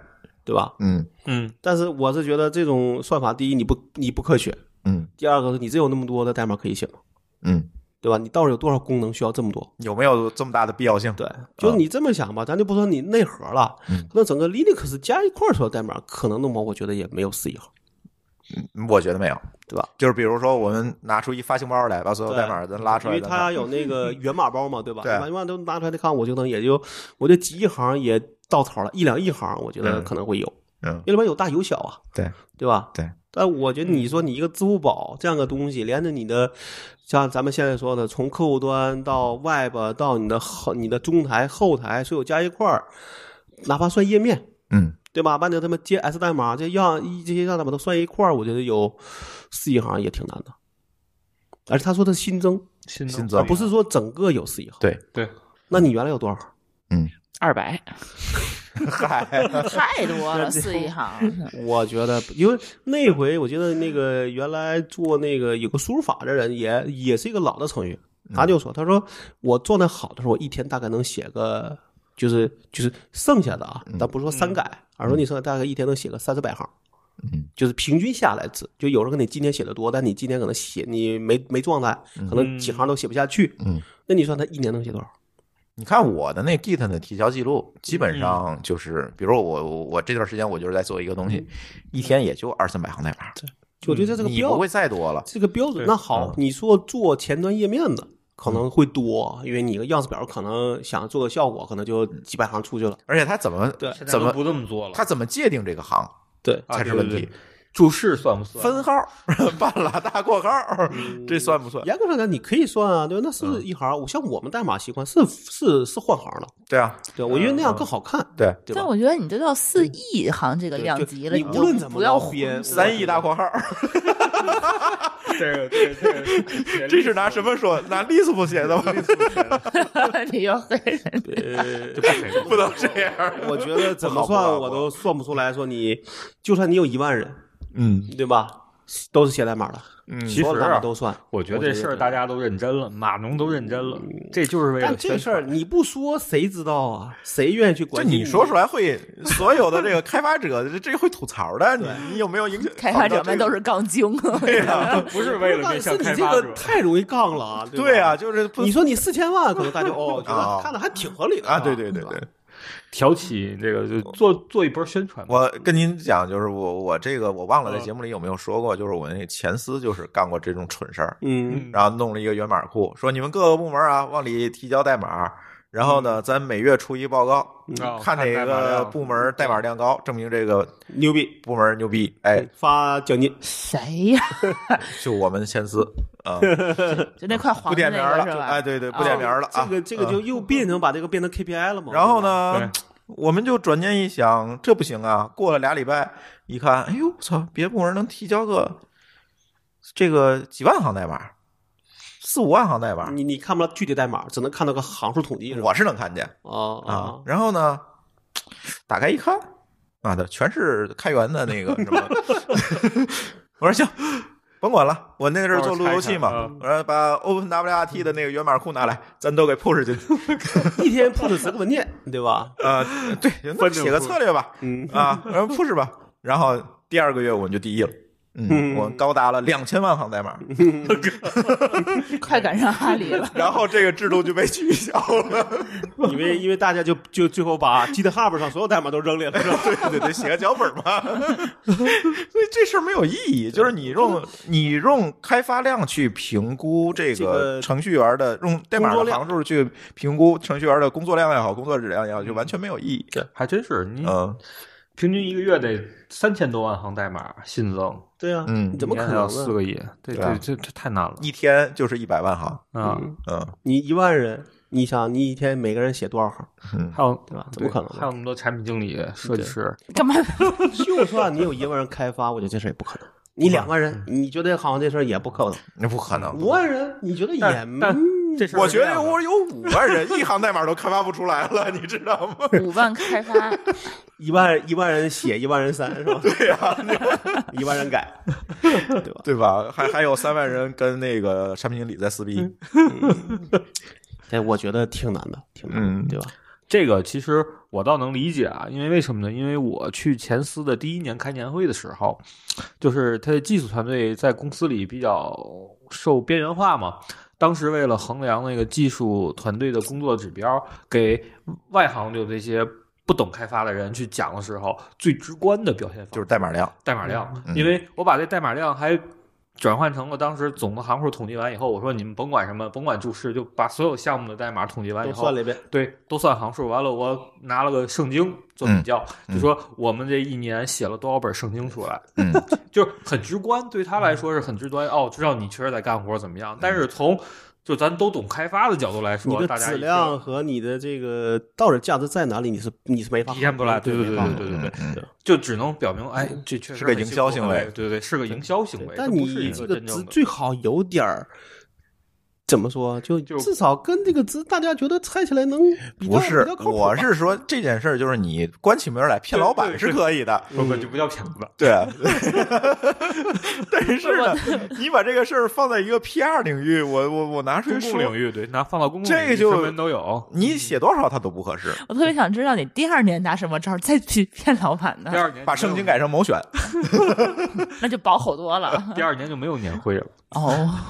B: 对吧？
A: 嗯
C: 嗯，
B: 但是我是觉得这种算法，第一你不你不科学，
A: 嗯
B: 第二个是你真有那么多的代码可以写吗？
A: 嗯，
B: 对吧？你到底有多少功能需要这么多？
A: 有没有这么大的必要性？
B: 对，就是你这么想吧，咱就不说你内核了，
A: 嗯
B: 可能整个 Linux 加一块儿说代码，可能弄猫我觉得也没有四一号，
A: 嗯我觉得没有，
B: 对吧？
A: 就是比如说我们拿出一发行包来，把所有代码咱拉出来，
B: 因为
A: 咱看
B: 它有那个源码包嘛，对吧？
A: 对
B: 源码都拿出来看，我就能也就我这几亿行也到头了，一两亿行，我觉得
A: 嗯
B: 可能会有，
A: 嗯
B: 因为里面有大有小啊，
A: 对
B: 对吧？
A: 对。
B: 但我觉得你说你一个支付宝这样个东西，连着你的，像咱们现在说的，从客户端到 Web 到你的后、你的中台、后台，所有加一块儿，哪怕算页面，
A: 嗯
B: 对吧？把你的他妈 JS 代码这样这些让代码都算一块儿，我觉得有四亿行也挺难的。而且他说的新增，
C: 新
A: 新增
C: 增
B: 而不是说整个有四亿行。
A: 对
C: 对，
B: 那你原来有多少行？
D: 二百
A: 嗨，
D: 太 多了，四一行。
A: 嗯
B: 我觉得，因为那回我记得那个原来做那个有个输入法的人也也是一个老的程序员，
A: 嗯
B: 他就说，他说我状态好的时候，我一天大概能写个就是就是剩下的啊，咱不是说删改，而说你剩下大概一天能写个三四百行。
A: 嗯，
B: 就是平均下来字，就有人可能你今天写的多，但你今天可能写你没没状态，可能几行都写不下去。
A: 嗯，
B: 那你说他一年能写多少？
A: 你看我的那 Git 的提交记录，基
B: 嗯
A: 本上就是，比如我我我这段时间我就是在做一个东西，一天也就二三百行代码，
B: 就我觉嗯得这
A: 嗯
B: 个
A: 你
B: 标
A: 不会再多了。
B: 这个标准。那
A: 嗯
B: 好，你说做前端页面的可能会多，因为你个样式表可能想做个效果，可能就几百行出去了。
A: 而且他怎么
B: 对
E: 现在
A: 怎
E: 都
A: 么
E: 不这么做了？
A: 他怎么界定这个行
B: 对
C: 啊
A: 才是
C: 对
A: 问
C: 对
A: 题？
C: 注释算不算？
A: 分 号、 半拉大括号，这算不算？
B: 严格上讲，你可以算啊，对吧？那是
A: 嗯
B: 一行。我像我们代码习惯是是是换行的，
A: 对啊，
B: 对我觉得那样更好看，
A: 对，
B: 对吧
D: 但？我觉得你这到四亿行这个量级了，
B: 就就
D: 就
B: 你无论怎么
D: 不要
B: 着编
D: 混
A: 三亿大括号，
E: 这个这个 这个，
A: 这是拿什么说？拿 Lisp 写的吗？
D: 你 又黑人，
B: 呃，
A: 不能这样。
B: 我觉 得怎么
A: 不好不
B: 算
A: 好
B: 我都算不出来。说你，就算你有一万人，
A: 嗯
B: 对吧？都是写代码的，
A: 嗯
C: 其实
B: 所有代码都算。
C: 我觉得这事儿大家都认真了，码农都认真了，
A: 嗯
C: 这就是为了
B: 但这事儿你不说谁知道啊？谁愿意去
A: 就
B: 管？
A: 你说出来会，所有的这个开发者 这这会吐槽的，你你有没有影响？
D: 开发者们都是杠 精。
A: 对呀，
C: 不是为了面向
B: 是你
C: 开
B: 这
C: 发
B: 个
C: 者。
B: 太容易杠 了啊！
A: 对
B: 吧
A: 啊，，就是不
B: 你说你四千万，可能大家 就哦，觉
A: 啊
B: 得看的还挺合理的
A: 啊，
B: 吧
A: 对对对
B: 吧
A: 对。
C: 挑起这个就做做一波宣传吧。
A: 我跟您讲，就是我我这个我忘了在节目里有没有说过，就是我那前司就是干过这种蠢事儿，
B: 嗯，
A: 然后弄了一个源码库，说你们各个部门啊往里提交代码，然后呢，咱每月出一报告，
C: 啊
A: 看哪
C: 代码
A: 个
C: 量嗯
A: 部门代码量高，证明这个
B: 牛逼！
A: 部门牛逼。哎，
B: 发奖金，
D: 谁呀？
A: 就我们前司啊，
D: 就那块黄
A: 不
D: 的
A: 点名儿
D: 那个
A: 了，
D: 是吧？
B: 啊
D: 哦
A: 哎，对对，不点名儿了
B: 这
A: 啊，
B: 个这个
A: 嗯
B: 就又变成把这个变成 KPI 了嘛？
A: 然后
C: 嗯对
A: 呢，我们就转念一想，这不行啊！过了俩礼拜，一看，哎呦，我操，别部门能提交个这个几万行代码，四五万行代
B: 对吧？
D: 嗯
A: 码，
B: 你你看不到具体代码，只能看到个行数统计是吧？
A: 我是能看见
B: 啊
A: 啊。！然后呢，打开一看，妈的，全是开源的那个什 么。我说行，甭管了，我那阵儿做路由器嘛，
C: 到时候
A: 我说把 OpenWRT 的那个源码库拿来，咱都给 push 进去。
B: 一天 push 十个文件，对吧？
A: 啊，对，那写个策略吧，
B: 嗯，
A: 啊，然后 push 吧，然后第二个月我们就第一了。嗯，
B: 嗯
A: 我高达了两千万行代码，
D: 快赶上阿里 了。
A: 然后这个制度就被取消了。
B: 嗯因为因为大家就就最后把 GitHub 上所有代码都扔里了，是吧
A: 对对对，写个脚本嘛。 所以这事儿没有意义，就是你用你用开发量去评估这
B: 这
A: 个
B: 个
A: 程序员的用代码
B: 工作
A: 的
B: 量
A: 行数去评估程序员的工作量也好，工作质量也好，就完全没有意义。
C: 还真是，你
A: 嗯
C: 平均一个月得三千多万行代码新增，
B: 对呀，
A: 嗯
B: 你，怎么可
C: 一年还要
B: 能
C: 四
B: 呢？
C: 个亿？这
A: 对啊
C: 这这这太难了
A: 一天就是一百万行。
C: 啊！
B: 嗯
A: 嗯
B: 你一万人，你想你一天每个人写多少行？
A: 嗯，
C: 还有
B: 对吧怎么可能呢
C: 还有那么多产品经理、设计师，
D: 干嘛？
B: 就算你有一万人开发，我觉得这事儿也不可能。你两万人，你觉得好像这事儿也不可能。
A: 那不可能。
B: 五万人，你觉得也没
C: 但这事儿
A: 我
C: 是
A: 觉
C: 这
A: 得
C: 样的
A: 我有五万人，一行代码都开发不出来了，你知道吗？
D: 五万开发，
B: 一万一万人写，一万人删是吧？ 对呀、 一万人改，对吧？
A: 对吧？还还有三万人跟那个产品经理在撕逼，
B: 哎，我觉得挺难的，挺难的，
A: 嗯
B: 对吧？
C: 这个其实我倒能理解啊，因为为什么呢？因为我去前司的第一年开年会的时候，就是他的技术团队在公司里比较受边缘化嘛。当时为了衡量那个技术团队的工作指标，给外行就这些不懂开发的人去讲的时候，最直观的表现方式
A: 就是代码量。
C: 代码量，
A: 嗯
C: 因为我把这代码量还转换成了当时总的行数统计完以后，我说你们甭管什么，甭管注释，就把所有项目的代码统计完以
B: 都
C: 后
B: 算，了一遍，
C: 对，都算行数。完了，我拿了个圣经做比较，
A: 嗯
C: 就说我们这一年写了多少本圣经出来，
A: 嗯，
C: 就是很直观，对他来说是很直观。哦，知道你确实在干活怎么样，但是从就咱都懂开发的角度来
B: 你
C: 说，
B: 的
C: 大家
B: 质
C: 一定
B: 量和你的这个到底价值在哪里，你是你是没法
C: 体现不出来对对
B: 没
C: 对
B: 法
C: 对对对对
A: 嗯
B: 对
C: 就只能表明，哎，这确实
A: 是个
C: 很
A: 营
C: 辛
A: 销
C: 苦
A: 行
C: 的
A: 为
C: 对对，是个营销行为，
B: 但
C: 这不是
B: 你
C: 一
B: 这
C: 个
B: 个
C: 真正
B: 值
C: 的
B: 最好有点儿，怎么说？就
C: 就
B: 至少跟这个值大家觉得猜起来能比较
A: 不是
B: 比较，靠谱吧
A: 我是说这件事儿，就是你关起门来骗老板是可以的，
C: 不不就不叫骗子，
A: 对。 但是呢，你把这个事儿放在一个 PR 领域，我我我拿出去
C: 公共领
A: 说，
C: 域对，拿放到公共
A: 这
C: 领域
A: 就
C: 什么人都有。
A: 你写多少它都不合适。
D: 我特别想知道你第二年拿什么招儿再去骗老板呢
C: 第？二年
A: 哎把
C: 就没
A: 圣
C: 有
A: 经改，成某选，
D: 那就保好多了。
C: 第二年就没有年会了。
D: 哦，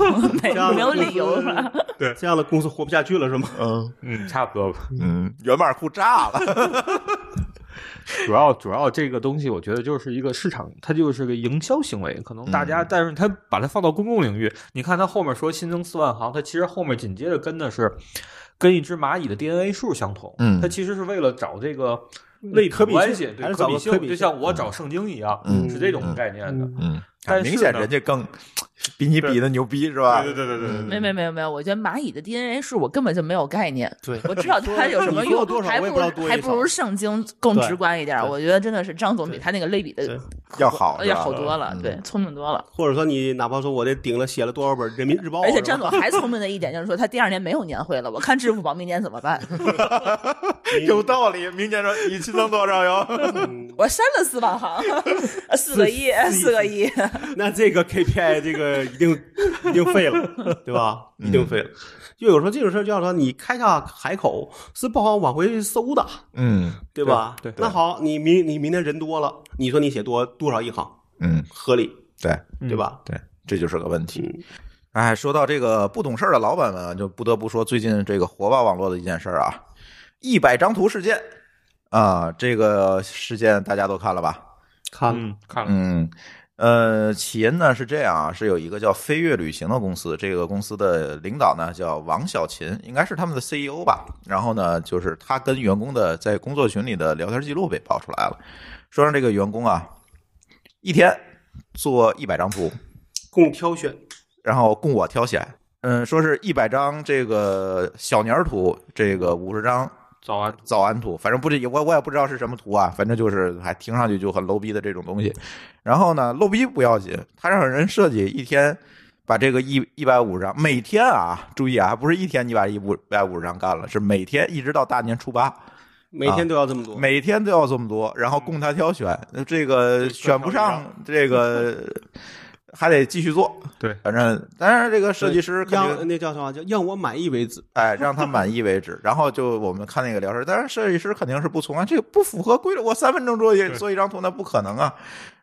D: 没
B: 这样的
D: 没有
B: 公司
D: 理由 了。
C: 对
B: 这样的公司活不下去了是 吗？
A: 嗯
C: 嗯，差不多吧。
A: 嗯，源码库炸 了，
C: 主要主要这个东西，我觉得就是一个市场，它就是个营销行为。可能大家，
A: 嗯
C: 但是它把它放到公共领域，你看它后面说新增四万行，它其实后面紧接着跟的是跟一只蚂蚁的 DNA 数相同。
A: 嗯
C: 它其实是为了找这个类嗯比
B: 可比性
C: 关系，对
B: 还是
C: 可
B: 找
C: 比
B: 个
C: 性
B: 可，比
C: 就
B: 性
C: 像我找圣经一样，
A: 嗯
C: 是这种概念的。
A: 嗯，
C: 但是呢
A: 明显人家更比你比的牛逼是吧？
C: 对对对对
D: 没没没有没有，我觉得蚂蚁的 DNA 数我根本就没有概念，
B: 对
D: 我知道它有什么
B: 你说
D: 用，
B: 多少
D: 还
B: 我也
D: 不
B: 不知道
D: 如
B: 多
D: 还
B: 与少
D: 不如圣经更
B: 对
D: 直观一点儿。
B: 对
D: 我觉得真的是张总比
B: 对
D: 他那个类比的
B: 对
A: 要好是吧
D: 要好多了，
A: 嗯
D: 对，聪明多了。
B: 或者说你哪怕说我这顶了写了多少本人民日报，
D: 而且
B: 是吧
D: 张总还聪明的一点就是说，他第二年没有年会了，我看支付宝明年怎么办？
A: 有道理。明年说你新增多少哟？
D: 我删了四万行，四个亿，四个亿。
B: 那这个 KPI 这个一定一定废 了，对吧？
D: 嗯
B: 一定废了。就有时候这种事儿，就像说你开下海口是不好往回收的，
A: 嗯
B: 对吧？
C: 对对
B: 那好，你明你明天人多了，你说你写多多少一行
A: 嗯，
B: 合理，
A: 对
B: 对吧？
A: 对，这就是个问题
B: 嗯。
A: 哎，说到这个不懂事儿的老板们啊，就不得不说最近这个火爆网络的一件事儿啊，一百张图事件啊，这个事件大家都看了吧？
B: 看
C: 嗯，看了，
A: 嗯，呃，起因呢是这样啊，是有一个叫飞跃旅行的公司，这个公司的领导呢叫王小琴，应该是他们的 CEO 吧。然后呢，就是他跟员工的在工作群里的聊天记录被爆出来了，说让这个员工啊一天做一百张图，
B: 供挑选，
A: 然后供我挑选。嗯，说是一百张这个小年儿图，这个五十张
C: 早安。
A: 早安图，反正不知我我也不知道是什么图啊，反正就是还听上去就很 low 逼的这种东西。然后呢，low 逼不要紧，他让人设计一天把这个一一百五十张，每天啊，注意啊，不是一天你把一五百五十张干了，是每天一直到大年初八，
B: 每天都要这么多，
A: 每天都要这么多，然后供他挑选，嗯这个选不上这 个。还得继续做，
C: 对
A: 反正当然这个设计师肯定
B: 让那叫什么叫让我满意为止，
A: 哎，让他满意为 止。然后就我们看那个聊天，当然设计师肯定是不从啊，这个不符合规律，我三分钟做一做一张图，那不可能啊。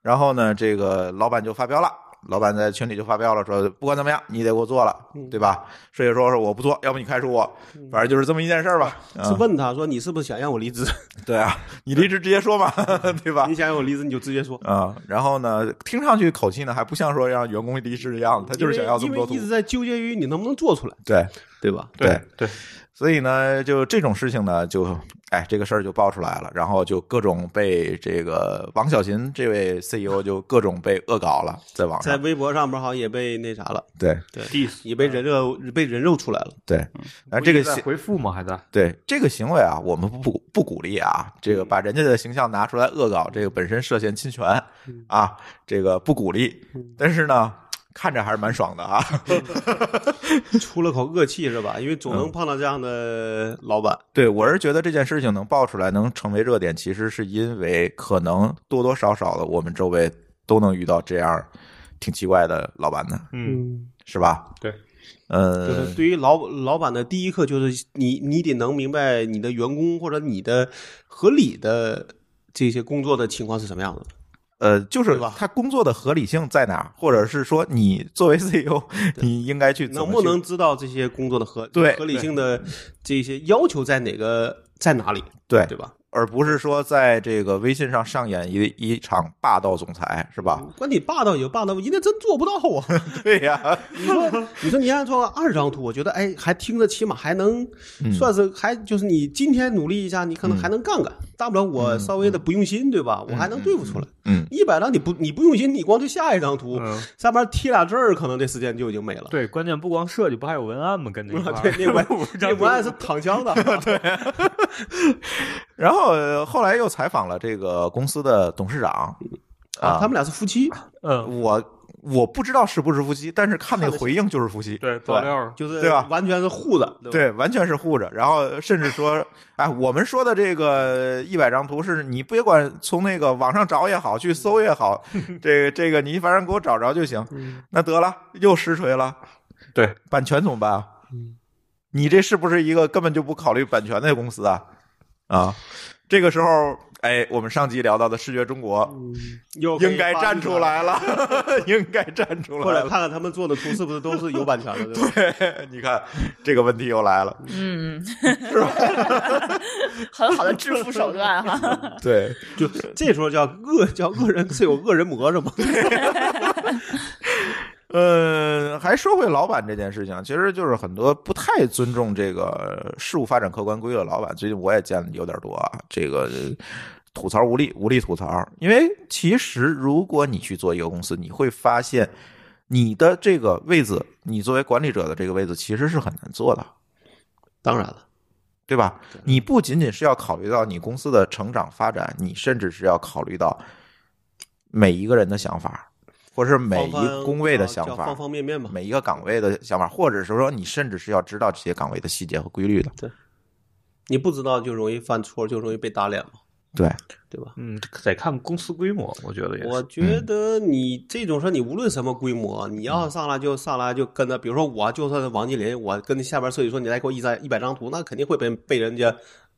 A: 然后呢，这个老板就发飙了。老板在群里就发飙了，说不管怎么样，你得给我做了，对吧？设计师说我不做，要不你开除我，反正就是这嗯么一件事儿吧。
B: 是
A: 嗯，
B: 问他说你是不是想让我离职？
A: 对啊，你离职直接说嘛， 对吧
B: 你？想让我离职你就直接说，
A: 啊、然后呢，听上去口气呢还不像说让员工离职一样，他就是想要这么多
B: 因为
A: 图
B: 一，直在纠结于你能不能做出来，
A: 对。
B: 对吧？
A: 对
C: 对，
A: 所以呢，就这种事情呢，就哎，这个事儿就爆出来了，然后就各种被这个王小琴这位 CEO 就各种被恶搞了，在网
B: 在
A: 上。
B: 微博上边好像也被那啥 了，
A: 对
B: 也被人肉被人肉出来了。
A: 对，啊，这个
C: 在
A: 行
C: 回复吗？还在
A: 对这个行为啊，我们不不不鼓励啊，这
B: 嗯
A: 个把人家的形象拿出来恶搞，这个本身涉嫌侵权
B: 嗯
A: 啊，这个不鼓励。但是呢，看着还是蛮爽的啊。
B: 出了口恶气是吧？因为总能碰到这样的老板，
A: 对，我是觉得这件事情能爆出来，能成为热点，其实是因为可能多多少少的，我们周围都能遇到这样挺奇怪的老板的，
C: 嗯，
A: 是吧？
C: 对，
B: 就是
A: 嗯，
B: 呃对于老老板的第一课就是你你得能明白你的员工或者你的合理的这些工作的情况是什么样的。
A: 呃，就是
B: 对吧
A: 他工作的合理性在哪儿，或者是说你作为 CEO，你应该去怎么
B: 能不
A: 去
B: 能知道这些工作的合
A: 对
B: 合理性的这些要求在哪个在哪里？
A: 对
B: 对吧？
A: 而不是说在这个微信上上演一一场霸道总裁，是吧？
B: 关你霸道也霸道，人家真做不到啊！
A: 对呀、
B: 你说，你说你按照二张图，我觉得哎，还听着起码还能
A: 嗯
B: 算是还就是你今天努力一下，你可能还能干干，大不了我稍微的不用心，对吧？我还能对付出来。
A: 嗯，
B: 一百张你不你不用心，你光对下一张图、
C: 嗯
B: 上面贴俩字儿，可能这时间就已经没了。
C: 对，关键不光设计，不还有文案吗？跟着一块
B: 啊
C: 儿，
B: 对，那 文
C: 张
B: 那文案是躺 枪的，
A: 啊然后呃后来又采访了这个公司的董事长
B: 啊，他
A: 啊
B: 们俩是夫妻，
C: 嗯，
A: 我我不知道是不是夫妻，但是看那个回应就是夫妻，
C: 对，爆料儿，
B: 就是
A: 对吧
B: 完全是护着，对吧
A: 对，完全是护着。然后甚至说，哎，我们说的这个一百张图是你别管从那个网上找也好，去搜也 好，这个这个你反正给我找着就行。
B: 嗯
A: 那得了，又实锤了。
C: 对，
A: 版权怎么办啊？
B: 嗯
A: 你这是不是一个根本就不考虑版权的公司啊？啊，这个时候，哎，我们上集聊到的视觉中国
B: 又可以
A: 应该
B: 发
A: 站
B: 一
A: 出
B: 下，
A: 来了， 应该站出
B: 过
A: 来
B: 来
A: 了。
B: 看看他们做的图是不是都是有版权的，对吧？
A: 你看，这个问题又来了。
D: 嗯， 很好的致富手段 哈。
A: 对，
B: 就这时候叫恶叫恶人 是有恶人魔是吗？
A: 呃，还说回老板这件事情，其实就是很多不太尊重这个事物发展客观规律的老板，最近我也见的有点多啊。这个呃吐槽无力，无力吐槽，因为其实如果你去做一个公司，你会发现你的这个位子，你作为管理者的这个位子其实是很难做的。
B: 当然了，
A: 对吧？你不仅仅是要考虑到你公司的成长发展，你甚至是要考虑到每一个人的想法，或者是每一
B: 方方
A: 个工位的
B: 叫
A: 想
B: 叫
A: 法，
B: 方方面面吧。
A: 每一个岗位的想法，或者是说你甚至是要知道这些岗位的细节和规律的。
B: 你不知道就容易犯错，就容易被打脸嘛，
A: 对，
B: 对吧？
C: 嗯，得看公司规模，我觉得也
B: 我
C: 是。
A: 嗯
B: 觉得你这种事儿，你无论什么规模，你要上来就上来就跟着，比如说我就算是王健林，我跟下边设计说你来给我一张一百张图，那肯定会被被人家，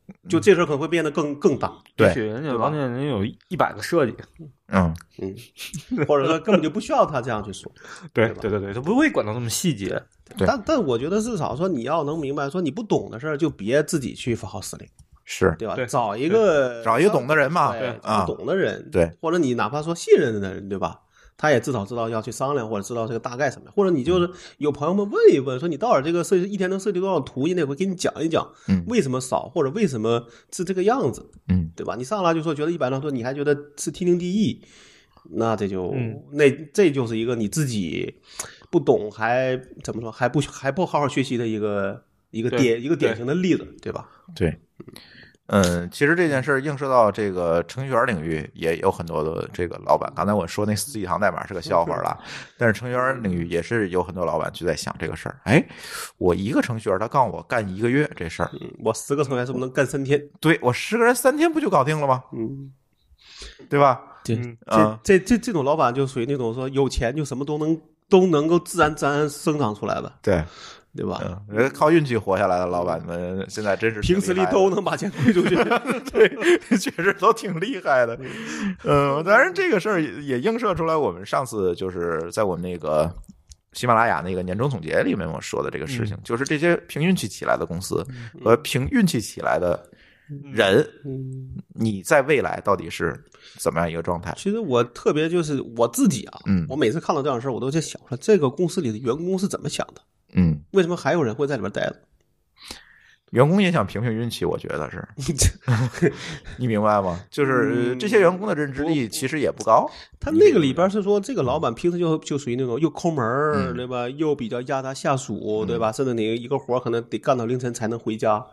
A: 嗯
B: 就这事儿可能会变得更 更大，
A: 对
C: 也许人家王健林有一百个设计，
A: 嗯，
B: 嗯，或者说根本就不需要他这样去说。
C: 对
B: 对吧
C: 对对对，他不会管到那么细节。
A: 对
B: 但但我觉得至少说你要能明白，说你不懂的事儿就别自己去发号施令，
A: 是
B: 对吧？
C: 对
B: 找一个
A: 找一个懂的人嘛，
B: 对
A: 啊，
B: 懂的人，
A: 对，
B: 或者你哪怕说信任的人，对吧？他也至少知道要去商量，或者知道这个大概什么样，或者你就是有朋友们问一问，说你到底这个设计一天能设计多少图，人家也会给你讲一讲
A: 嗯，
B: 为什么少，或者为什么是这个样子，
A: 嗯，
B: 对吧？你上来就说觉得一百张图，你还觉得是天经地义，那这就、
C: 嗯
B: 那这就是一个你自己不懂还怎么说还不还不好好学习的一个一个
C: 对
B: 典一个典
C: 对
B: 型的例子，对吧？
A: 对。嗯，其实这件事儿映射到这个程序员领域，也有很多的这个老板。刚才我说那四季堂代码是个笑话了，但是程序员领域也是有很多老板就在想这个事儿。哎，我一个程序员，他告诉我干一个月这事儿，
B: 嗯，我十个成员是不是能干三天？
A: 对我十个人三天不就搞定了吗？
B: 嗯，
A: 对吧？
B: 对
C: 嗯
A: 啊
B: 这这这这种老板就属于那种说有钱就什么都能都能够自然自然生长出来的，
A: 对，
B: 对吧？
A: 嗯，人靠运气活下来的老板们，现在真是挺
B: 凭实
A: 厉
B: 力
A: 害的
B: 都能把钱亏出去，
A: 嗯 对， 确实都挺厉害的。嗯，当然这个事儿也也映射出来，我们上次就是在我们那个喜马拉雅那个年终总结里面我说的这个事
B: 嗯
A: 情，就是这些凭运气起来的公司和凭运气起来的人，
B: 嗯，
A: 你在未来到底是怎么样一个状态？
B: 其实我特别就是我自己啊，
A: 嗯
B: 我每次看到这样的事儿，我都在想说，这个公司里的员工是怎么想的？
A: 嗯，
B: 为什么还有人会在里边待着？
A: 员工也想凭凭运气，我觉得是 你明白吗？就是
B: 嗯
A: 这些员工的认知力其实也不高。
B: 他那个里边是说，
A: 嗯
B: 这个老板平时就就属于那种又抠门儿，对吧？又比较压榨下
A: 嗯
B: 属，对吧？甚至你一个活儿可能得干到凌晨才能回家。
A: 嗯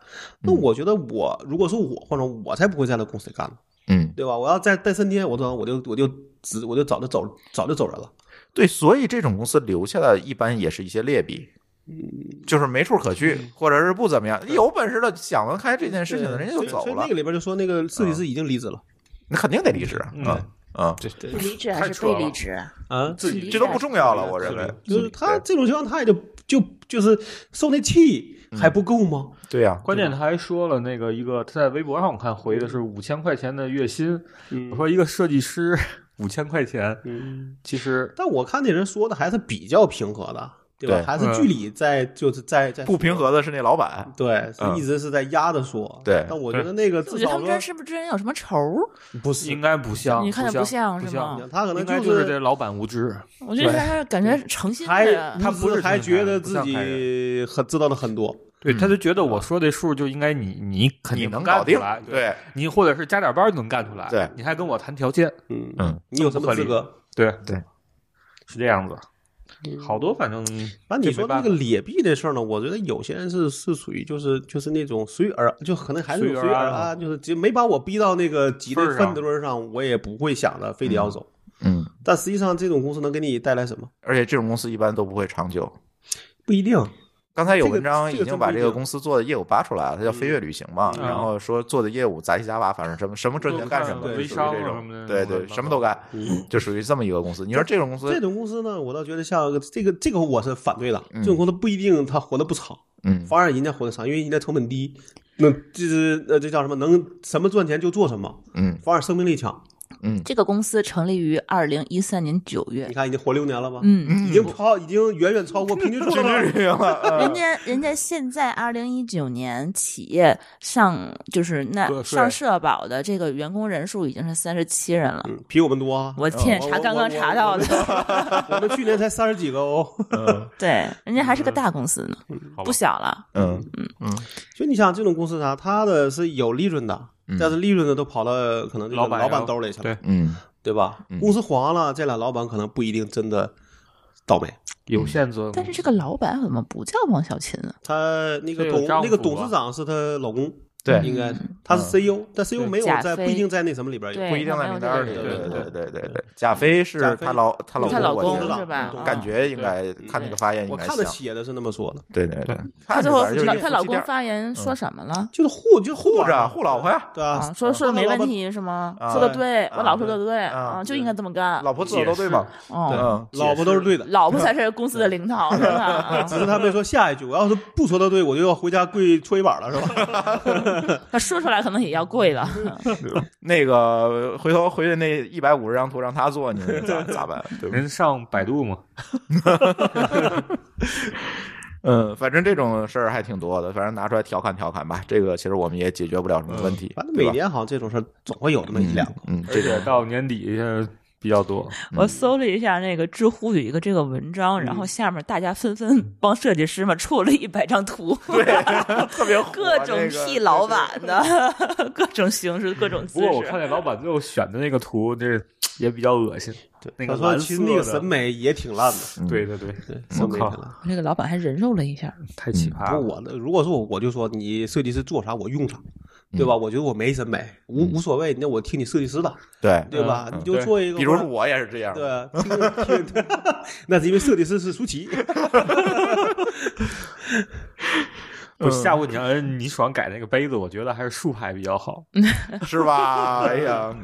B: 那我觉得我如果是我，或者我才不会在这公司干呢。
A: 嗯，
B: 对吧？我要再待三天，我都我就我就直我就早就走早就走人了。
A: 对，所以这种公司留下的一般也是一些劣币，就是没处可去，或者是不怎么样。有本事的想得开这件事情的人家就
B: 所以
A: 走
B: 所以
A: 了啊
B: 那个，里边就说那个设计师已经离职了
A: 那肯定得离职啊
C: 嗯
A: 啊！
C: 这这
D: 离职
C: 还
D: 还
C: 是
D: 是
C: 太扯
D: 被
C: 了
D: 离职？
B: 啊，
D: 自
A: 这都不重要了，我认为。
B: 就是他
A: 对
B: 这种情况，他也就就就是受那气
A: 嗯
B: 还不够吗？
A: 对呀，
C: 关键他还说了那个一个，他在微博上我看回的是五千块钱的月薪，
B: 嗯
C: 我说一个设计师五千块钱，
B: 嗯，
C: 其实
B: 但我看那人说的还是比较平和的，对吧？
A: 对
B: 还是
C: 嗯
B: 剧里在就是在在
A: 不平
B: 和。
A: 和的是那老板，
B: 对，是
A: 嗯
B: 一直是在压着说。
A: 对
B: 但我觉得那个
D: 我
B: 至
D: 觉得他
B: 少
D: 们这
B: 说
D: 是不是之间有什么仇？
B: 不是
C: 应，该不像，
D: 你看着
C: 不
D: 不像
C: 不
D: 是吗
C: 像，
B: 他可
C: 应
B: 能
C: 该
B: 就是
C: 这老板无知，
D: 我觉得
B: 对
D: 他感觉诚心
B: 还
D: 的，
B: 他
C: 不
B: 不
C: 是
B: 是还
C: 成年
B: 觉
C: 人
B: 得
C: 不
B: 自
C: 像成
B: 己很知道的很多，
C: 对，
A: 嗯
C: 他就觉得我说这数就应该你啊你肯
A: 你
C: 定
A: 能
C: 干
A: 搞定
C: 出来，，
A: 对，
C: 你或者是加点班儿就能干出来，
A: 对
C: 你还跟我谈条件，
B: 嗯
A: 嗯，
B: 你有什么资
C: 不
B: 格？
C: 对
A: 对，
C: 是这样子，嗯好多反正
B: 那你
C: 这
B: 说那
C: 没办
B: 个
C: 法
B: 劣币这事儿呢？我觉得有些人是是属于就是就是那种随遇而就可能还是
C: 随
B: 随
C: 遇
B: 遇
C: 而
B: 而
C: 安啊
B: 安，就是就没把我逼到那个极的
C: 份儿上
B: 份儿上，我也不会想着非得要走。
A: 嗯，
B: 但实际上，这种公司能给你带来什么？
A: 而且这种公司一般都不会长久。
B: 不一定。
A: 刚才有
B: 这个
A: 文章
B: 这
A: 已
B: 个
A: 经
B: 真
A: 把
B: 不一
A: 这个
B: 定
A: 公司做的业务扒出来了，它叫飞跃旅行嘛，
C: 嗯
A: 然后说做的业务杂七杂八，反正什么什么赚钱干什么，
B: 对
A: 就
C: 微
A: 是这
C: 商啊什
A: 种
C: 么的，
A: 对对，什么都干，
B: 嗯，
A: 就属于这么一个公司。你说这种公
B: 这
A: 司，
B: 种公司呢，我倒觉得像这个这个我是反对的。
A: 嗯
B: 这种公司不一定他活得不长，
A: 嗯，
B: 反而人家活得长，因为人家成本低，那就是呃，这叫什么？能什么赚钱就做什么，
A: 嗯
B: 反而生命力强。
A: 嗯，
D: 这个公司成立于二零一三年九月
B: 你，看，已经活六年了吧？
D: 嗯，
B: 已经超，已经远远超过 平均数
A: 这
B: 了。
A: 这
D: 人家人家现在二零一九年企业上就是那
C: 个税
D: 上社保的这个员工人数已经是三十七人了，
B: 嗯，比我们多啊！
D: 我天眼查刚刚查到的，
B: 我们去年才三十几个哦。
A: 嗯
D: 对，人家还是个大公司呢，
C: 好吧
D: 不小了。
A: 嗯
B: 就你想，这种公司啥，它的是有利润的，但是利润呢都跑到可能这个
C: 老板
B: 老板兜里去了，
C: 对，
A: 嗯，
B: 对吧？公司黄了，这俩老板可能不一定真的倒霉。
C: 有限责，
D: 但是这个老板怎么不叫王小琴啊呢？
B: 他那
C: 这
B: 个
C: 有
B: 董
C: 丈夫
B: 那个董事长是她老公，
A: 对，
B: 应该他是 CEO，但 CEO 没有
D: 贾
B: 在不
D: 嗯飞
B: 一定在那什么里边有。
D: 对
A: 不一定在名单里，
D: 对
A: 对
C: 对
A: 对
D: 对
A: 对对
B: 嗯
A: 对。贾飞是
B: 贾飞
A: 她老她老
D: 她
A: 公，
D: 老
A: 我
D: 公
A: 觉
B: 知
A: 得
B: 道
D: 是吧？
B: 懂
D: 啊
A: 感觉应该看那个发言应
B: 我
A: 该
B: 看
A: 像
B: 的，写的是那么说的，
A: 对对对，
D: 她
A: 看
D: 最后
A: 着反正就是
D: 她
A: 夫
D: 老
A: 妻
D: 公
A: 店
D: 发言说什么了？
B: 就是护就护
A: 护着
B: 着
A: 护老婆呀，
B: 对
D: 嗯啊，
B: 啊，
D: 说说的没
B: 老
D: 问
B: 板
D: 题是吗？
A: 啊
D: 说的对，
A: 啊
D: 我老婆说的对
A: 啊
D: 啊，就应该这么干。
A: 老婆做的都对嘛，嗯，
D: 哦，
B: 老婆都是对的，
D: 老婆才是公司的领导，是吧？啊
B: 只是他没说下一句。我要是不说的对，我就要回家跪搓衣板了，是吧？
D: 他说出来可能也要跪了。
A: 那个回头回去那一百五十张图让他做， 你咋咋办？对
B: 嗯
A: 不对？
C: 人上百度嘛，
A: 嗯，反正这种事儿还挺多的，反正拿出来调侃调侃吧。这个其实我们也解决不了什么问题，
B: 嗯反正
A: 对
B: 每
A: 吧？
B: 年好像这种事儿总会有那么一两个。
A: 嗯，
C: 而
A: 这
C: 且
A: 种
C: 到年底呃比较 多，
D: 我搜了一下那个知乎有一个这个文章，然
C: 嗯
D: 后下面大家纷 纷帮设计师们出了一百张图，
A: 特别火
D: 啊
A: 啊
D: 各种替老，板的， 各种形式，各种姿
C: 不过我看
D: 势。
C: 那老板最后选的那个图，这也比较恶心，对那个
B: 他说
C: 蓝
B: 其
C: 色
B: 实那个
C: 的
B: 审美也挺烂的，
A: 嗯
C: 对对对，
B: 对，审美挺
C: 靠
B: 烂。
D: 这个老板还人肉了一下，
C: 太奇葩
B: 不
C: 了，
B: 过我呢，如果说我我就说你设计师做啥我用啥，对
A: 嗯
B: 吧？我觉得我没审美，无无所谓，那我听你设计师的，
A: 对
B: 对吧？
C: 嗯
B: 你就做一个，
A: 比如说我也是这样，
B: 对，听听，听 那是因为设计师是舒淇，
C: 不
B: 嗯
C: 下回你要是你爽改那个杯子，我觉得还是竖排比较好。
A: 是吧？哎 呀，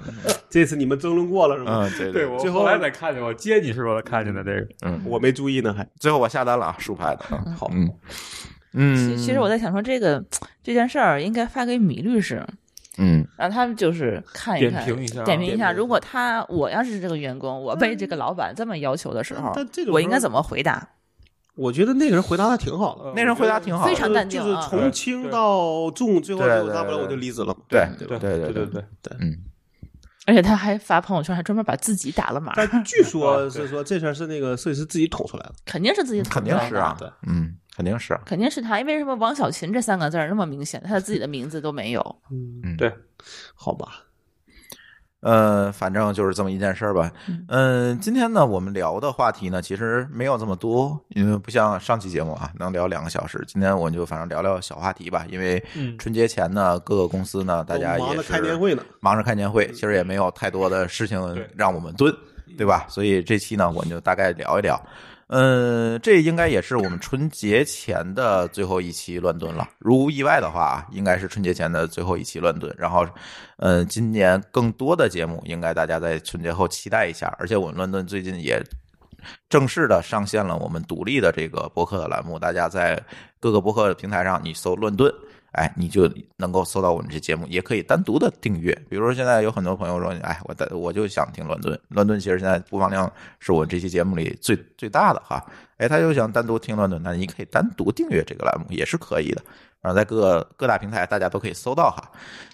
B: 这次你们争论过了是吗？
A: 嗯，对
C: 对，我
B: 最后
C: 后来才看见，我接你时候才看见的这个。
A: 嗯，
B: 我没注意呢，还
A: 最后我下单了，啊，竖拍的，嗯
B: 好
A: 嗯嗯，
D: 其其实我在想说，这个这件事儿应该发给米律师，
A: 嗯
D: 让他们就是看一
C: 点
D: 看，
C: 评一下啊嗯
D: 点评一下。
B: 点评
D: 如果他我要是这个员工，我被这个老板这么要求的时候
B: 嗯但但这，种
D: 我应该
B: 时候
D: 怎么回答？
B: 我觉得那个人回答的挺好的，
A: 那人回答挺好
D: 非
A: 的，
D: 常淡定
B: 呃就
D: 啊
B: 是从轻到重，最后
A: 对
B: 就
A: 对
B: 大不了
A: 对
B: 我就离职了嘛。
A: 对
B: 对
C: 对
B: 吧？
A: 对
C: 对
A: 对
C: 对，
A: 嗯
D: 而且他还发朋友圈，还专门把自己打了码，
B: 但据说是说这事儿是那个设计师自己捅出来的，
D: 肯定是自己捅
A: 肯
D: 出
A: 定
D: 来的
A: 是啊
B: 对，
A: 嗯，肯定是啊，
D: 肯定是他，因为什么王小琴这三个字儿那么明显，他自己的名字都没有。
A: 嗯
C: 对，
B: 好吧？
A: 呃，反正就是这么一件事儿吧。嗯、今天呢，我们聊的话题呢，其实没有这么多，因为不像上期节目啊，能聊两个小时。今天我们就反正聊聊小话题吧，因为春节前呢，各个公司呢，大家
B: 我忙
A: 也
B: 着
A: 是
B: 开年会呢。
A: 忙着开年会，其实也没有太多的事情
C: 对
A: 让我们蹲，对吧？所以这期呢，我们就大概聊一聊。嗯，这应该也是我们春节前的最后一期乱炖了。如无意外的话，应该是春节前的最后一期乱炖。然后，嗯，今年更多的节目应该大家在春节后期待一下。而且我们乱炖最近也正式的上线了我们独立的这个博客的栏目，大家在各个博客平台上你搜“乱炖”。哎，你就能够搜到我们这节目，也可以单独的订阅。比如说现在有很多朋友说，哎，我单我就想听乱炖，乱炖其实现在播放量是我这期节目里最最大的哈。哎，他就想单独听乱炖，那你可以单独订阅这个栏目也是可以的。然后在各个各大平台大家都可以搜到哈。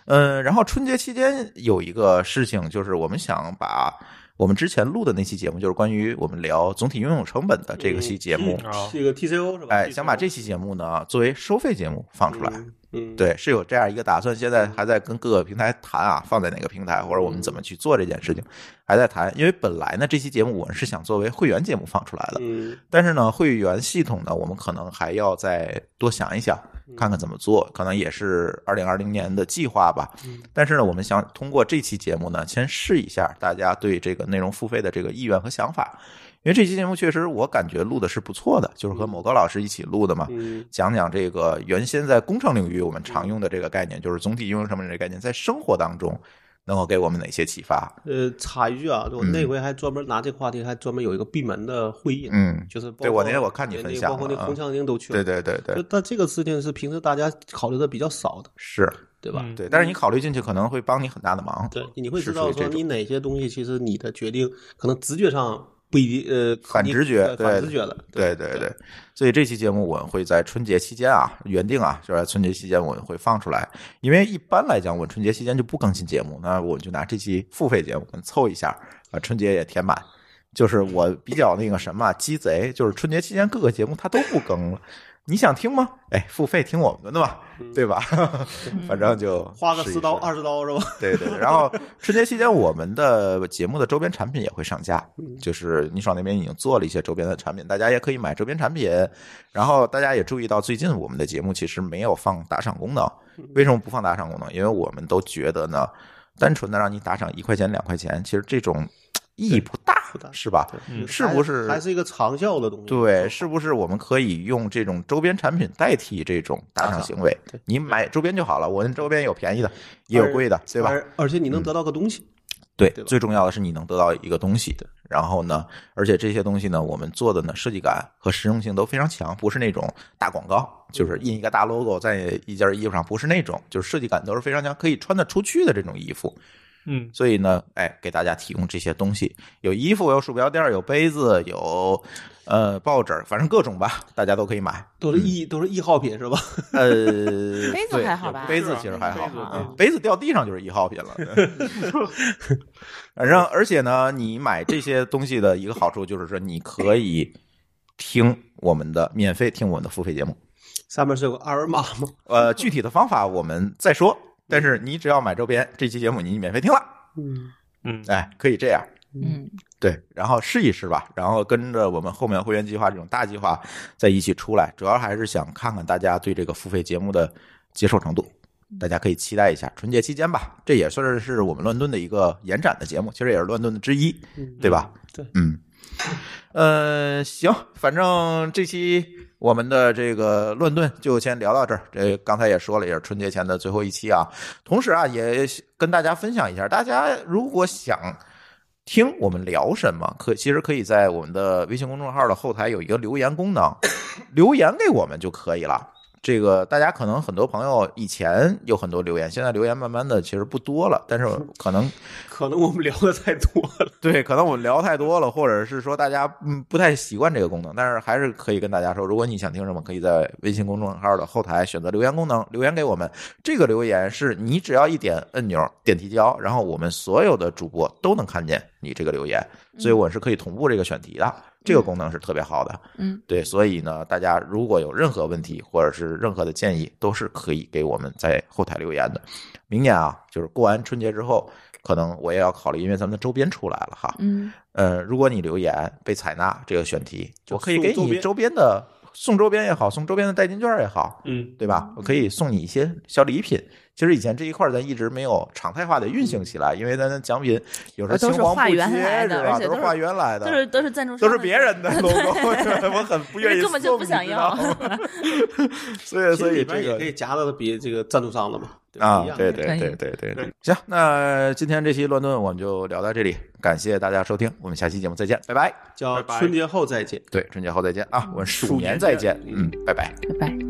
A: 嗯，然后春节期间有一个事情，就是我们想把我们之前录的那期节目，就是关于我们聊总体应用成本嗯的这个
B: 嗯
A: 期节目，
C: 啊
B: 这个 TCO 是吧？
A: 哎，想把这期节目呢作为收费节目放出来。
B: 嗯，嗯，
A: 对，是有这样一个打算，现在还在跟各个平台谈啊，放在哪个平台，或者我们怎么去做这件事情，还在谈。因为本来呢，这期节目我是想作为会员节目放出来的，
B: 嗯，
A: 但是呢，会员系统呢，我们可能还要再多想一想，看看怎么做，可能也是二零二零年的计划吧。但是呢，我们想通过这期节目呢，先试一下大家对这个内容付费的这个意愿和想法，因为这期节目确实我感觉录的是不错的，就是和某高老师一起录的嘛。
B: 嗯，
A: 讲讲这个原先在工程领域我们常用的这个概念，就是总体应用成本这个概念，在生活当中能够给我们哪些启发？
B: 呃，插一句啊，我那回还专门拿这个话题，还专门有一个闭门的会议呢，
A: 嗯，
B: 就是包
A: 对我
B: 括
A: 那天我看你
B: 那
A: 分
B: 个
A: 享
B: 包括那
A: 了啊
B: 红墙英都去了，
A: 对对对对
B: 就，但这个事情是平时大家考虑的比较少的，
A: 是
B: 对吧？
C: 嗯
A: 对，但是你考虑进去可能会帮你很大的忙。
B: 对，你会
A: 是
B: 知
A: 属
B: 道
A: 于这
B: 说
A: 种
B: 你哪些东西，其实你的决定可能直觉上不一定，呃，
A: 反直觉
B: 呃
A: 对
B: 反直觉的，
A: 对对对，所以这期节目我会在春节期间啊，原定啊，就是在春节期间我会放出来，因为一般来讲我春节期间就不更新节目，那我就拿这期付费节目我们凑一下，把春节也填满。就是我比较那个什么啊 鸡贼，就是春节期间各个节目它都不更了，你想听吗？哎，付费听我们的嘛，对吧？ 反正就
B: 嗯花个
A: 试一
B: 十刀
A: 试
B: 二十刀是吧？
A: 对对，对然后春节期间我们的节目的周边产品也会上架，
B: 嗯
A: 就是你爽那边已经做了一些周边的产品，大家也可以买周边产品。然后大家也注意到，最近我们的节目其实没有放打赏功能，
B: 嗯
A: 为什么不放打赏功能？因为我们都觉得呢，单纯的让你打赏一块钱两块钱，其实这种意义不大
B: 不大，
A: 是吧？
C: 嗯
A: 是不是
B: 还还是一个长效的东西？啊
A: 对，是不是我们可以用这种周边产品代替这种打赏行为？你买周边就好了，我们周边有便宜的，也有贵的，对吧？嗯
B: 而而且你能得到个东西，
A: 对，
B: 对吧
A: 最重要的是你能得到一个东西，然后呢，而且这些东西呢，我们做的呢设计感和实用性都非常强，不是那种大广告，就是印一个大 logo 在一件衣服上，不是那种，就是设计感都是非常强，可以穿得出去的这种衣服。
C: 嗯，
A: 所以呢，哎，给大家提供这些东西，有衣服，有鼠标垫，有杯子，有呃报纸，反正各种吧，大家都可以买。
B: 都是一都是一号品是吧？
A: 呃，
D: 杯子
A: 对
D: 还好吧
A: 杯子其实还好
E: 是啊
A: 啊，杯子掉地上就是一号品了。对反正而且呢，你买这些东西的一个好处就是说，你可以听我们的免费听我们的付费节目。
B: 上面是有个二维码吗？
A: 呃，具体的方法我们再说，但是你只要买周边，这期节目你免费听了，
B: 嗯，
C: 嗯，
A: 哎，可以这样。
D: 嗯，
A: 对，然后试一试吧，然后跟着我们后面会员计划这种大计划再一起出来，主要还是想看看大家对这个付费节目的接受程度，大家可以期待一下春节期间吧，这也算是我们乱炖的一个延展的节目，其实也是乱炖的之一，对吧？
B: 对，
A: 嗯，呃，行，反正这期我们的这个乱炖就先聊到这儿。这刚才也说了，也是春节前的最后一期啊。同时啊，也跟大家分享一下，大家如果想。听我们聊什么？可其实可以在我们的微信公众号的后台有一个留言功能，留言给我们就可以了。这个大家可能很多朋友以前有很多留言，现在留言慢慢的其实不多了，但是可能
B: 可能我们聊的太多了，
A: 对，可能我们聊太多了，或者是说大家嗯不太习惯这个功能，但是还是可以跟大家说，如果你想听什么，可以在微信公众号的后台选择留言功能留言给我们。这个留言是你只要一点按钮点提交，然后我们所有的主播都能看见你这个留言，
D: 嗯
A: 所以我是可以同步这个选题的。这个功能是特别好的，
D: 嗯，
A: 对，所以呢，大家如果有任何问题或者是任何的建议，都是可以给我们在后台留言的。明年啊，就是过完春节之后，可能我也要考虑，因为咱们的周边出来了哈。
D: 嗯，
A: 呃，如果你留言被采纳这个选题，
B: 就
A: 我可以给
B: 送周
A: 你
B: 边
A: 周边的送周边也好，送周边的代金券也好，
B: 嗯，
A: 对吧？我可以送你一些小礼品。其实以前这一块儿咱一直没有常态化的运行起来，因为咱的奖品有时候
D: 呃都是
A: 青黄不
D: 化
A: 接
D: 原来的
A: 是吧？
D: 而且
A: 都
D: 都
A: 是
D: 是
A: 化原来的，
D: 嗯都是都是赞助商，
A: 都是别 人的 logo，我 很不愿意
D: 根
A: 送，
D: 本就不想
A: 你知 道
D: 要
A: 吗所以，
B: 其
A: 所
B: 实
A: 以
B: 里边
A: 这
B: 也
A: 个
B: 可以夹到比这个赞助商了嘛？吧
A: 啊
B: 一，样
A: 对
B: 的
A: 对
D: 可以
A: 对对对对，行，那今天这期乱炖我们就聊到这里，感谢大家收听，我们下期节目再见，拜拜。
B: 叫
C: 拜拜
B: 春节后再见。
A: 对，春节后再见啊，我们鼠
C: 鼠
A: 年
C: 年
A: 再
C: 见
A: 见，嗯，拜拜。
D: 拜拜。